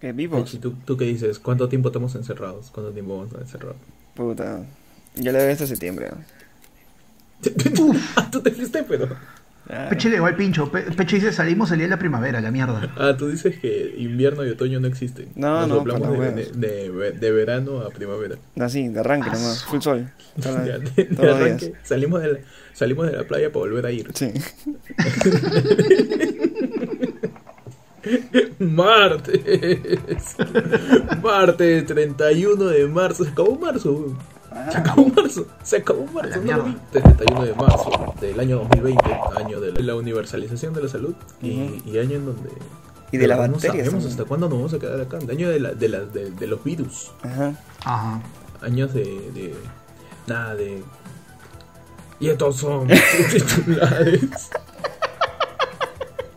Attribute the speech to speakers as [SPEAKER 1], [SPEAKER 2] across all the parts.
[SPEAKER 1] ¿En vivos?
[SPEAKER 2] Richie, ¿tú, ¿tú qué dices? ¿Cuánto tiempo estamos encerrados? ¿Cuánto tiempo vamos a estar encerrados?
[SPEAKER 1] Puta. Yo le doy hasta septiembre. ¿no?
[SPEAKER 2] ah, tú te fuiste, pero...
[SPEAKER 1] Ah,
[SPEAKER 3] Peche le igual pincho. Pe- Peche dice salimos el día de la primavera, la mierda.
[SPEAKER 2] Ah, tú dices que invierno y otoño no existen.
[SPEAKER 1] No,
[SPEAKER 2] Nos
[SPEAKER 1] no,
[SPEAKER 2] soplamos
[SPEAKER 1] para
[SPEAKER 2] de,
[SPEAKER 1] huevos.
[SPEAKER 2] de- de- de verano a primavera.
[SPEAKER 1] Así, de arranque
[SPEAKER 3] Ah,
[SPEAKER 1] nomás.
[SPEAKER 3] su-
[SPEAKER 1] Full sol. Todos los-
[SPEAKER 2] Ya, de- de
[SPEAKER 1] todos los
[SPEAKER 2] arranque,
[SPEAKER 1] días.
[SPEAKER 2] salimos, de la, salimos de la playa para volver a ir.
[SPEAKER 1] Sí.
[SPEAKER 2] Martes. Martes 31 de marzo. Se acabó marzo. weón. Se acabó marzo. Se acabó marzo.
[SPEAKER 3] A la
[SPEAKER 2] no lo vi.
[SPEAKER 3] mierda.
[SPEAKER 2] 31 de marzo del año 2020, año de la, la universalización de la salud y, y año en donde...
[SPEAKER 1] Y de las
[SPEAKER 2] no
[SPEAKER 1] bacterias
[SPEAKER 2] sabemos
[SPEAKER 1] también.
[SPEAKER 2] hasta cuándo nos vamos a quedar acá. El año de, la- de, la- de- de los virus.
[SPEAKER 1] Ajá.
[SPEAKER 3] Ajá.
[SPEAKER 2] Años de... de- nada de... Y estos son titulares.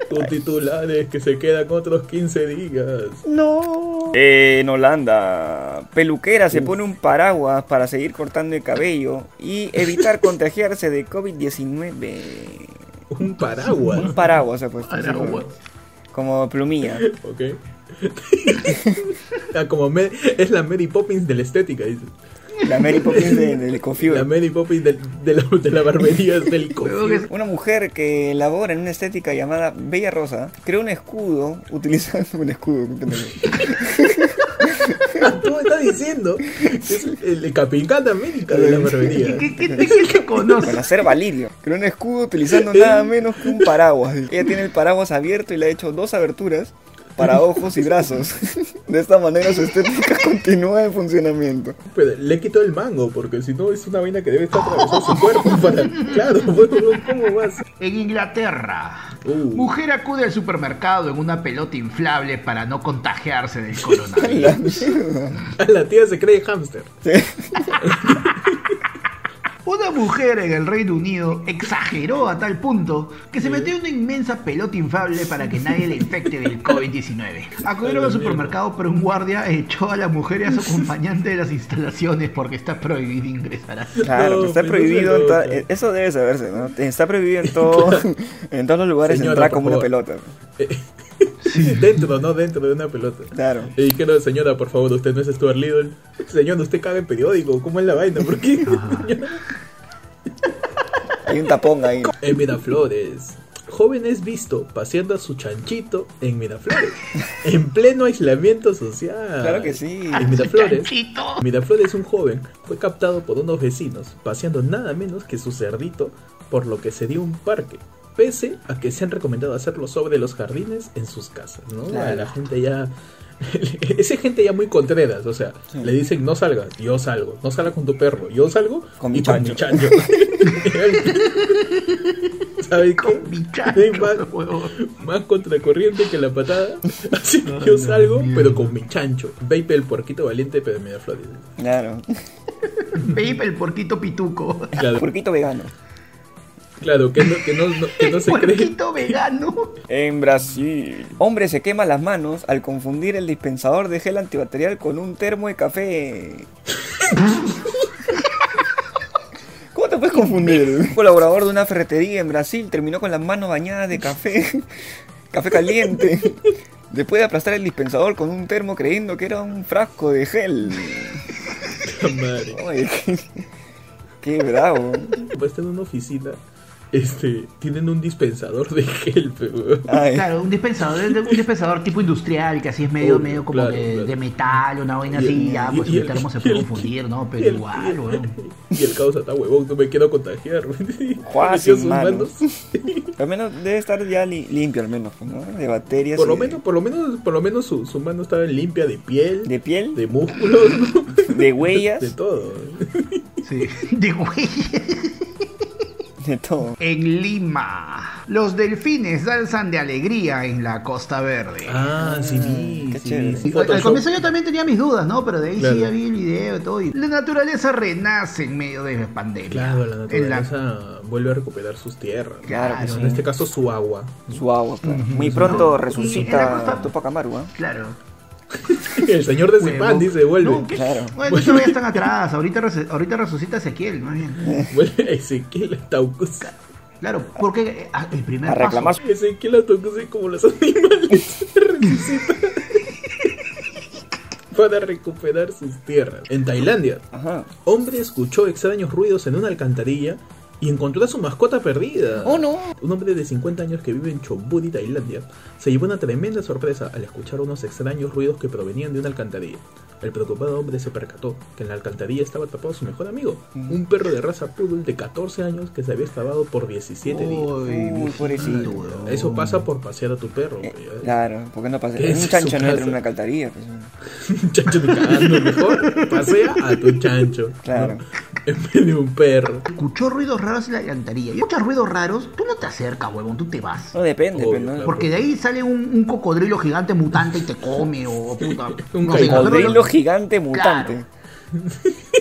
[SPEAKER 2] Tus titulares que se quedan otros 15 días.
[SPEAKER 1] No. Eh, en Holanda, peluquera se pone un paraguas para seguir cortando el cabello y evitar contagiarse de COVID-19.
[SPEAKER 2] Un paraguas.
[SPEAKER 1] Un paraguas se ha puesto. así como-
[SPEAKER 2] Paraguas.
[SPEAKER 1] Como plumilla.
[SPEAKER 2] Ok. Ah, como me- es la Mary Poppins de la estética, dice.
[SPEAKER 1] La Mary Poppins de- del Cofiur.
[SPEAKER 2] La Mary Poppins del- de, la, de la barbería del colegio.
[SPEAKER 1] Una mujer que labora en una estética llamada Bella Rosa creó un escudo utilizando un escudo. qué pendejo.
[SPEAKER 2] Ah, Tú me estás diciendo que es el Capingán de América de la barbería.
[SPEAKER 3] ¿Qué, qué, qué, qué, qué te
[SPEAKER 1] Con
[SPEAKER 3] conoce?
[SPEAKER 1] hacer valirio. Eh. Creó un escudo utilizando nada menos que un paraguas. Ella tiene el paraguas abierto y le ha hecho dos aberturas para ojos y brazos. De esta manera su estética continúa en funcionamiento.
[SPEAKER 2] Pero le quitó el mango, porque si no es una vaina que debe estar atravesando su cuerpo para. Claro, huevón, ¿cómo vas?
[SPEAKER 3] En Inglaterra,
[SPEAKER 2] Uh.
[SPEAKER 3] mujer acude al supermercado en una pelota inflable para no contagiarse del coronavirus.
[SPEAKER 1] La mierda.
[SPEAKER 2] La tía se cree hámster.
[SPEAKER 3] Una mujer en el Reino Unido exageró a tal punto que se metió en una inmensa pelota infable para que nadie le infecte del COVID-19. Acudieron al supermercado, pero un guardia echó a la mujer y a su acompañante de las instalaciones porque está prohibido ingresar a
[SPEAKER 1] Claro,
[SPEAKER 2] No,
[SPEAKER 1] está
[SPEAKER 2] pues,
[SPEAKER 1] prohibido.
[SPEAKER 2] no
[SPEAKER 1] en
[SPEAKER 2] se
[SPEAKER 1] toda-
[SPEAKER 2] nota.
[SPEAKER 1] Eso debe saberse, ¿no? Está prohibido en, todo, en todos los lugares
[SPEAKER 2] Señora,
[SPEAKER 1] entrar
[SPEAKER 2] por
[SPEAKER 1] como una
[SPEAKER 2] favor.
[SPEAKER 1] pelota.
[SPEAKER 2] Eh, Dentro, no dentro de una pelota.
[SPEAKER 1] Claro.
[SPEAKER 2] Le dijeron, señora, por favor, usted no es Stuart Little. Señor, usted caga en periódico. ¿Cómo es la vaina? ¿Por qué? señora?
[SPEAKER 1] Hay un tapón ahí.
[SPEAKER 2] en Miraflores. Joven es visto paseando a su chanchito en Miraflores. en pleno aislamiento social.
[SPEAKER 1] Claro que sí.
[SPEAKER 2] En Miraflores.
[SPEAKER 3] Chito.
[SPEAKER 2] En Miraflores, un joven fue captado por unos vecinos paseando nada menos que su cerdito, por lo que se dio un parque. Pese a que se han recomendado hacerlo sobre los jardines en sus casas, ¿no? A
[SPEAKER 1] Claro.
[SPEAKER 2] la gente ya. Esa gente ya muy contreras, o sea, le dicen no salgas, yo salgo, no salgas con tu perro, yo salgo
[SPEAKER 1] Con mi
[SPEAKER 2] y
[SPEAKER 1] chancho.
[SPEAKER 2] chancho. ¿Sabes qué?
[SPEAKER 3] Bichaco,
[SPEAKER 2] No hay más,
[SPEAKER 3] huevón.
[SPEAKER 2] más contracorriente que la patada. Así que yo salgo, pero con mi chancho. Vape el puerquito valiente, pero me da flores.
[SPEAKER 1] Claro.
[SPEAKER 3] Babe, el porquito pituco.
[SPEAKER 2] Claro,
[SPEAKER 1] Porquito vegano.
[SPEAKER 2] claro, que no, que no, no- que no se cree.
[SPEAKER 3] Porquito vegano.
[SPEAKER 1] En Brasil. Hombre se quema las manos al confundir el dispensador de gel antibacterial con un termo de café. ¿Cómo te puedes confundir? Un colaborador de una ferretería en Brasil terminó con las manos bañadas de café. Café caliente. Después de aplastar el dispensador con un termo creyendo que era un frasco de gel.
[SPEAKER 2] Madre.
[SPEAKER 1] Oye, qué, qué bravo.
[SPEAKER 2] Va a estar en una oficina. Este, tienen un dispensador de gel, pero.
[SPEAKER 1] Ay.
[SPEAKER 3] Claro, un dispensador, es de- un dispensador tipo industrial, que así es medio,
[SPEAKER 2] Obvio,
[SPEAKER 3] medio como
[SPEAKER 2] claro,
[SPEAKER 3] que
[SPEAKER 2] claro.
[SPEAKER 3] de metal, una vaina así, ya, pues
[SPEAKER 2] y
[SPEAKER 3] un
[SPEAKER 2] el-
[SPEAKER 3] termo se
[SPEAKER 2] y
[SPEAKER 3] puede
[SPEAKER 2] el-
[SPEAKER 3] confundir, ¿no?
[SPEAKER 2] y
[SPEAKER 3] Pero
[SPEAKER 2] el-
[SPEAKER 3] igual, weón.
[SPEAKER 2] Y el caos está huevón, no me quiero contagiar.
[SPEAKER 1] Juá,
[SPEAKER 2] Metió
[SPEAKER 1] sin
[SPEAKER 2] sus
[SPEAKER 1] manos. Al menos debe estar ya li- limpio, al menos, ¿no? De bacterias.
[SPEAKER 2] Por
[SPEAKER 1] y
[SPEAKER 2] lo
[SPEAKER 1] de-
[SPEAKER 2] menos, por lo menos, por lo menos su, su mano estaba limpia de piel,
[SPEAKER 1] De
[SPEAKER 2] de,
[SPEAKER 1] piel, de,
[SPEAKER 2] músculos, ¿no?
[SPEAKER 1] huellas,
[SPEAKER 2] de
[SPEAKER 1] de,
[SPEAKER 2] todo.
[SPEAKER 3] Sí. De güey.
[SPEAKER 1] todo.
[SPEAKER 3] En Lima, los delfines danzan de alegría en la Costa Verde.
[SPEAKER 2] Ah, sí, vi,
[SPEAKER 1] qué
[SPEAKER 2] sí,
[SPEAKER 1] chévere.
[SPEAKER 2] vi, sí,
[SPEAKER 3] Al- Al
[SPEAKER 2] Photoshop.
[SPEAKER 3] comienzo yo también tenía mis dudas, ¿no? Pero de ahí
[SPEAKER 2] Claro.
[SPEAKER 3] sí ya vi el video y todo. y La naturaleza renace en medio de la pandemia.
[SPEAKER 2] Claro, la
[SPEAKER 3] En la-
[SPEAKER 2] naturaleza vuelve a recuperar sus tierras. ¿no?
[SPEAKER 1] Claro que
[SPEAKER 2] En
[SPEAKER 1] sí.
[SPEAKER 2] este caso su agua.
[SPEAKER 1] Su agua, claro. Muy pronto
[SPEAKER 3] No, y en la
[SPEAKER 1] resucita
[SPEAKER 3] costa-
[SPEAKER 1] Tupac Amaru, ¿ah?
[SPEAKER 3] Claro.
[SPEAKER 2] El señor de
[SPEAKER 3] Huevo.
[SPEAKER 2] Zepán dice, vuelve.
[SPEAKER 3] No, ¿qué?
[SPEAKER 1] Claro.
[SPEAKER 3] Bueno, no se vayas tan atrás. Ahorita, res- ahorita resucita Ezequiel, más bien.
[SPEAKER 2] Vuelve a Ezequiel a Taucus.
[SPEAKER 3] Claro, porque eh, ah, el primer
[SPEAKER 1] A reclamar
[SPEAKER 3] paso.
[SPEAKER 2] Ezequiel a Taucus es como los animales. Resucita. para recuperar sus tierras. En Tailandia,
[SPEAKER 1] Ajá.
[SPEAKER 2] hombre escuchó extraños ruidos en una alcantarilla y encontró a su mascota perdida.
[SPEAKER 1] Oh no.
[SPEAKER 2] Un hombre de 50 años que vive en Chonburi, Tailandia, se llevó una tremenda sorpresa al escuchar unos extraños ruidos que provenían de una alcantarilla. El preocupado hombre se percató que en la alcantarilla estaba tapado su mejor amigo,
[SPEAKER 1] Mm.
[SPEAKER 2] un perro de raza poodle de 14 años que se había escabado por 17
[SPEAKER 1] Oh,
[SPEAKER 2] días.
[SPEAKER 1] Uy,
[SPEAKER 3] viejito,
[SPEAKER 1] pobrecito.
[SPEAKER 3] weón.
[SPEAKER 2] Eso pasa por pasear a tu perro.
[SPEAKER 1] Eh,
[SPEAKER 2] güey.
[SPEAKER 1] Claro, porque no pasa.
[SPEAKER 2] ¿Qué es
[SPEAKER 1] Un chancho no
[SPEAKER 2] su
[SPEAKER 1] entra
[SPEAKER 2] casa?
[SPEAKER 1] en una caltaría. pues.
[SPEAKER 2] chancho te cagando, mejor pasea a tu chancho.
[SPEAKER 1] Claro.
[SPEAKER 2] ¿no? En vez de un perro.
[SPEAKER 3] Escuchó ruidos raros en la alcantarilla. Y escuchas ruidos raros, tú no te acercas, huevón, tú te vas.
[SPEAKER 1] No depende,
[SPEAKER 2] Obvio,
[SPEAKER 1] pues, ¿no?
[SPEAKER 2] claro.
[SPEAKER 3] Porque de ahí sale un, un cocodrilo gigante mutante y te come, o puta.
[SPEAKER 2] Un
[SPEAKER 3] no sé, nosotros
[SPEAKER 1] Cocodrilo
[SPEAKER 3] los-
[SPEAKER 1] gigante mutante.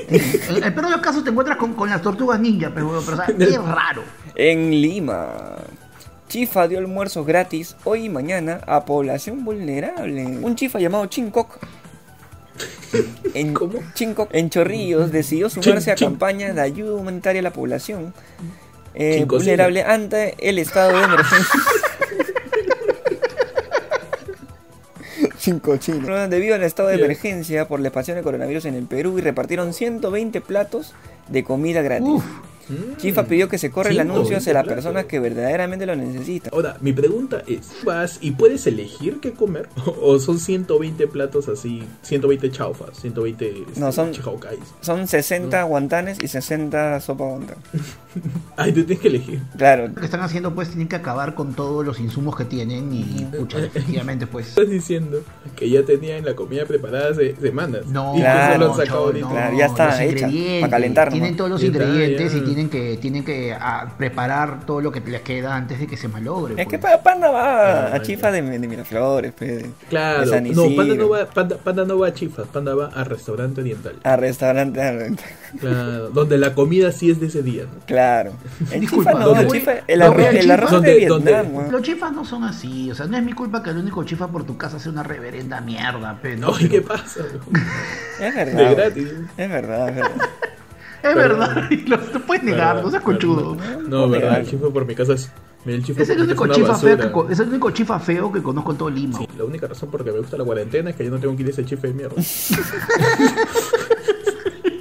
[SPEAKER 3] En el peor de los casos te encuentras con, con las tortugas ninja, pero, pero o sea, es raro.
[SPEAKER 1] En Lima. Chifa dio almuerzos gratis hoy y mañana a población vulnerable. Un chifa llamado Chincoc. En,
[SPEAKER 2] ¿Cómo?
[SPEAKER 1] Chincoc, en Chorrillos decidió sumarse a
[SPEAKER 2] Chin-
[SPEAKER 1] campañas de ayuda humanitaria a la población eh,
[SPEAKER 2] Chin cocina.
[SPEAKER 1] vulnerable ante el estado de emergencia. Cinco chinos. Debido al estado de
[SPEAKER 2] Ya.
[SPEAKER 1] emergencia por la expansión del coronavirus en el Perú y repartieron 120 platos de comida gratis.
[SPEAKER 3] Uf,
[SPEAKER 2] Mm.
[SPEAKER 1] Chifa pidió que se corra el
[SPEAKER 2] Cinco,
[SPEAKER 1] anuncio hacia las
[SPEAKER 2] claro.
[SPEAKER 1] personas que verdaderamente lo necesitan.
[SPEAKER 2] Ahora, mi pregunta es, ¿vas y puedes elegir qué comer? ¿O son 120 platos así, 120 chaufas, este, 120
[SPEAKER 1] No, son-
[SPEAKER 2] chihaucais?
[SPEAKER 1] Son 60 guantanes y 60 sopa guantán.
[SPEAKER 2] Ay, te tienes que elegir.
[SPEAKER 1] Claro.
[SPEAKER 3] lo que están haciendo, pues, tienen que acabar con todos los insumos que tienen y, pucha, efectivamente, pues.
[SPEAKER 2] Estás diciendo que ya tenían la comida preparada hace semanas.
[SPEAKER 3] No,
[SPEAKER 2] y que
[SPEAKER 1] Claro,
[SPEAKER 2] solo han sacado
[SPEAKER 3] Cholo,
[SPEAKER 2] ahorita.
[SPEAKER 3] no,
[SPEAKER 1] Claro, ya está
[SPEAKER 3] los
[SPEAKER 1] hecha,
[SPEAKER 3] ingredientes,
[SPEAKER 1] para calentar nomás.
[SPEAKER 3] Tienen todos los
[SPEAKER 2] Ya está,
[SPEAKER 3] ingredientes
[SPEAKER 2] ya.
[SPEAKER 3] y tienen que, tienen que ah, preparar todo lo que les queda antes de que se malogre.
[SPEAKER 1] Es que
[SPEAKER 3] pues.
[SPEAKER 1] pa- Panda va a-
[SPEAKER 2] Ah,
[SPEAKER 1] a Chifa de, de Miraflores, pe, de, de
[SPEAKER 2] Claro,
[SPEAKER 1] San
[SPEAKER 2] no, Panda
[SPEAKER 1] Isidro.
[SPEAKER 2] no, va, Panda- Panda no va a chifas, Panda va a restaurante oriental.
[SPEAKER 1] A restaurante. a restaurante.
[SPEAKER 2] Claro, donde la comida sí es de ese día. ¿no?
[SPEAKER 1] Claro. En
[SPEAKER 3] Disculpa,
[SPEAKER 1] Chifa no,
[SPEAKER 2] ¿dónde?
[SPEAKER 1] en Chifa, el
[SPEAKER 3] ¿Dónde
[SPEAKER 1] arroz,
[SPEAKER 3] hay
[SPEAKER 1] el
[SPEAKER 3] chifa?
[SPEAKER 1] arroz de
[SPEAKER 2] ¿Dónde- dónde?
[SPEAKER 1] Vietnam, weón.
[SPEAKER 3] Los chifas no son así, o sea, no es mi culpa que el único chifa por tu casa sea una reverenda mierda, pero
[SPEAKER 2] No, ¿y qué pasa? bro?
[SPEAKER 1] Es
[SPEAKER 2] De
[SPEAKER 1] verdad.
[SPEAKER 2] gratis.
[SPEAKER 1] Es verdad, es verdad.
[SPEAKER 3] Es verdad, y lo, te puedes negar, no seas conchudo.
[SPEAKER 2] No,
[SPEAKER 1] Ponte
[SPEAKER 2] verdad, el
[SPEAKER 1] algo.
[SPEAKER 2] chifa por mi casa es. mira, el chifa
[SPEAKER 3] Es el,
[SPEAKER 2] por mi
[SPEAKER 3] único
[SPEAKER 2] casa
[SPEAKER 3] chifa
[SPEAKER 2] es una
[SPEAKER 3] feo que,
[SPEAKER 2] basura.
[SPEAKER 3] co- es el único chifa feo que conozco en todo Lima.
[SPEAKER 2] Sí, la única razón por la que me gusta la cuarentena es que yo no tengo que ir a ese chife de mierda.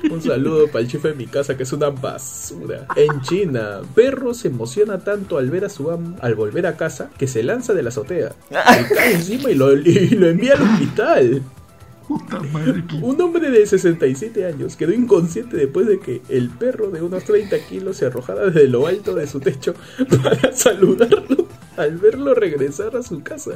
[SPEAKER 2] Un saludo para el chife de mi casa, que es una basura. En China, perro se emociona tanto al ver a su amo, al volver a casa, que se lanza de la azotea. Le cae encima y lo, y lo envía al hospital.
[SPEAKER 3] Puta madre, qué-
[SPEAKER 2] Un hombre de 67 años quedó inconsciente después de que el perro de unos 30 kilos se arrojara desde lo alto de su techo para saludarlo al verlo regresar a su casa,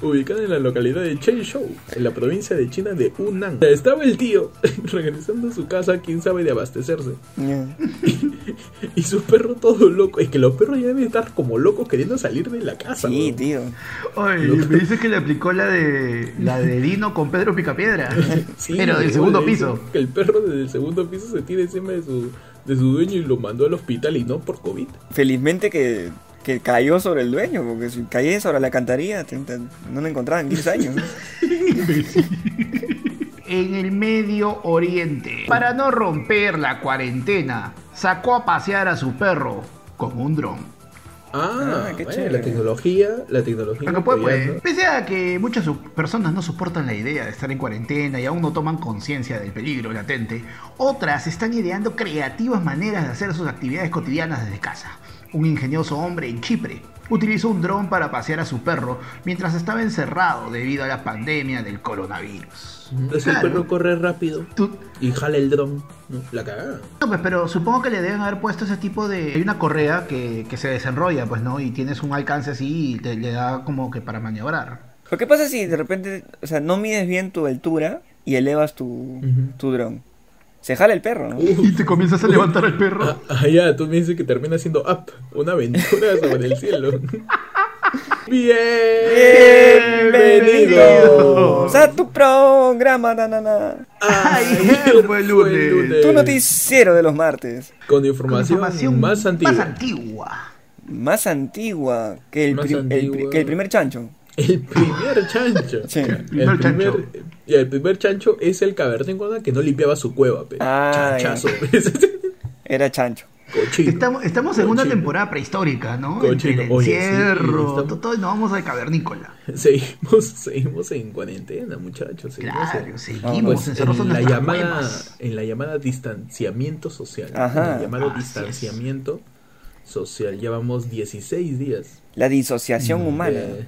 [SPEAKER 2] ubicada en la localidad de Chengshou, en la provincia de China de Hunan. Estaba el tío regresando a su casa, quién sabe, de abastecerse.
[SPEAKER 1] Ya.
[SPEAKER 2] Y su perro todo loco. Es que los perros ya deben estar como locos queriendo salir de la casa.
[SPEAKER 1] Sí,
[SPEAKER 2] weón.
[SPEAKER 1] tío.
[SPEAKER 3] Oye,
[SPEAKER 2] Lo-
[SPEAKER 3] me dices que le aplicó la de la de Dino con Pedro Picapiedra.
[SPEAKER 2] Sí,
[SPEAKER 3] pero del
[SPEAKER 2] weón,
[SPEAKER 3] segundo
[SPEAKER 2] le dicen
[SPEAKER 3] piso.
[SPEAKER 2] que el perro desde el segundo piso se tira encima de su, de su dueño y lo mandó al hospital y no por COVID.
[SPEAKER 1] Felizmente que, que cayó sobre el dueño, porque si caía sobre la cantaría, te- te- no lo encontraban en 15 años. ¿no?
[SPEAKER 3] En el Medio Oriente, para no romper la cuarentena, sacó a pasear a su perro con un dron.
[SPEAKER 2] Ah,
[SPEAKER 1] Ah, qué
[SPEAKER 2] bueno,
[SPEAKER 1] chévere.
[SPEAKER 2] la tecnología, la tecnología.
[SPEAKER 3] Lo que puede, puede.
[SPEAKER 2] apoyando.
[SPEAKER 3] Pues, Pese a que muchas su- personas no soportan la idea de estar en cuarentena y aún no toman conciencia del peligro latente, otras están ideando creativas maneras de hacer sus actividades cotidianas desde casa. Un ingenioso hombre en Chipre utilizó un dron para pasear a su perro mientras estaba encerrado debido a la pandemia del coronavirus.
[SPEAKER 2] Entonces el
[SPEAKER 3] Claro.
[SPEAKER 2] perro corre rápido
[SPEAKER 3] Tú-
[SPEAKER 2] y jala el dron. ¿no? La cagada.
[SPEAKER 3] No, pues, pero supongo que le deben haber puesto ese tipo de... Hay una correa que, que se desenrolla, pues, ¿no? Y tienes un alcance así y te le da como que para maniobrar.
[SPEAKER 1] Pero ¿qué pasa si de repente, o sea, no mides bien tu altura y elevas tu, tu dron? Se jala el perro, ¿no?
[SPEAKER 3] Y te comienzas a levantar al perro.
[SPEAKER 2] Ah, ah, ya, tú me dices que termina siendo up, una aventura sobre el cielo. Bienvenido
[SPEAKER 1] Bienvenidos a tu programa, na, na, na.
[SPEAKER 2] a
[SPEAKER 3] Ayer fue el lunes.
[SPEAKER 1] Tu noticiero de los martes.
[SPEAKER 2] Con información, más antigua.
[SPEAKER 3] más antigua.
[SPEAKER 1] Más antigua que el,
[SPEAKER 2] Más
[SPEAKER 1] pri- el pri-
[SPEAKER 2] antigua.
[SPEAKER 1] que el primer chancho.
[SPEAKER 2] El primer chancho.
[SPEAKER 1] Sí.
[SPEAKER 2] El
[SPEAKER 3] primer
[SPEAKER 2] primer
[SPEAKER 3] chancho.
[SPEAKER 2] Y el primer chancho es el cavernícola que no limpiaba su cueva, pe.
[SPEAKER 1] Ah,
[SPEAKER 2] Chanchazo.
[SPEAKER 1] Era chancho.
[SPEAKER 2] Cochino.
[SPEAKER 3] Estamos, estamos en una
[SPEAKER 2] Cochino.
[SPEAKER 3] temporada prehistórica, ¿no?
[SPEAKER 2] Cochino.
[SPEAKER 3] Entre el
[SPEAKER 2] Oye, sí,
[SPEAKER 3] encierro,
[SPEAKER 2] estamos-
[SPEAKER 3] to- todo, nos vamos a cavernícola.
[SPEAKER 2] Seguimos, seguimos en cuarentena, muchachos. Seguimos
[SPEAKER 3] Claro,
[SPEAKER 2] en-
[SPEAKER 1] Ah,
[SPEAKER 3] seguimos,
[SPEAKER 2] Pues,
[SPEAKER 3] encerrados
[SPEAKER 2] en,
[SPEAKER 3] en
[SPEAKER 2] la
[SPEAKER 3] nuestras
[SPEAKER 2] llamada,
[SPEAKER 3] cuevas.
[SPEAKER 2] en la llamada distanciamiento social.
[SPEAKER 1] Ajá.
[SPEAKER 2] En el llamado
[SPEAKER 3] Así es.
[SPEAKER 2] distanciamiento social. Llevamos 16 días.
[SPEAKER 1] La disociación
[SPEAKER 2] Mm,
[SPEAKER 1] humana.
[SPEAKER 2] de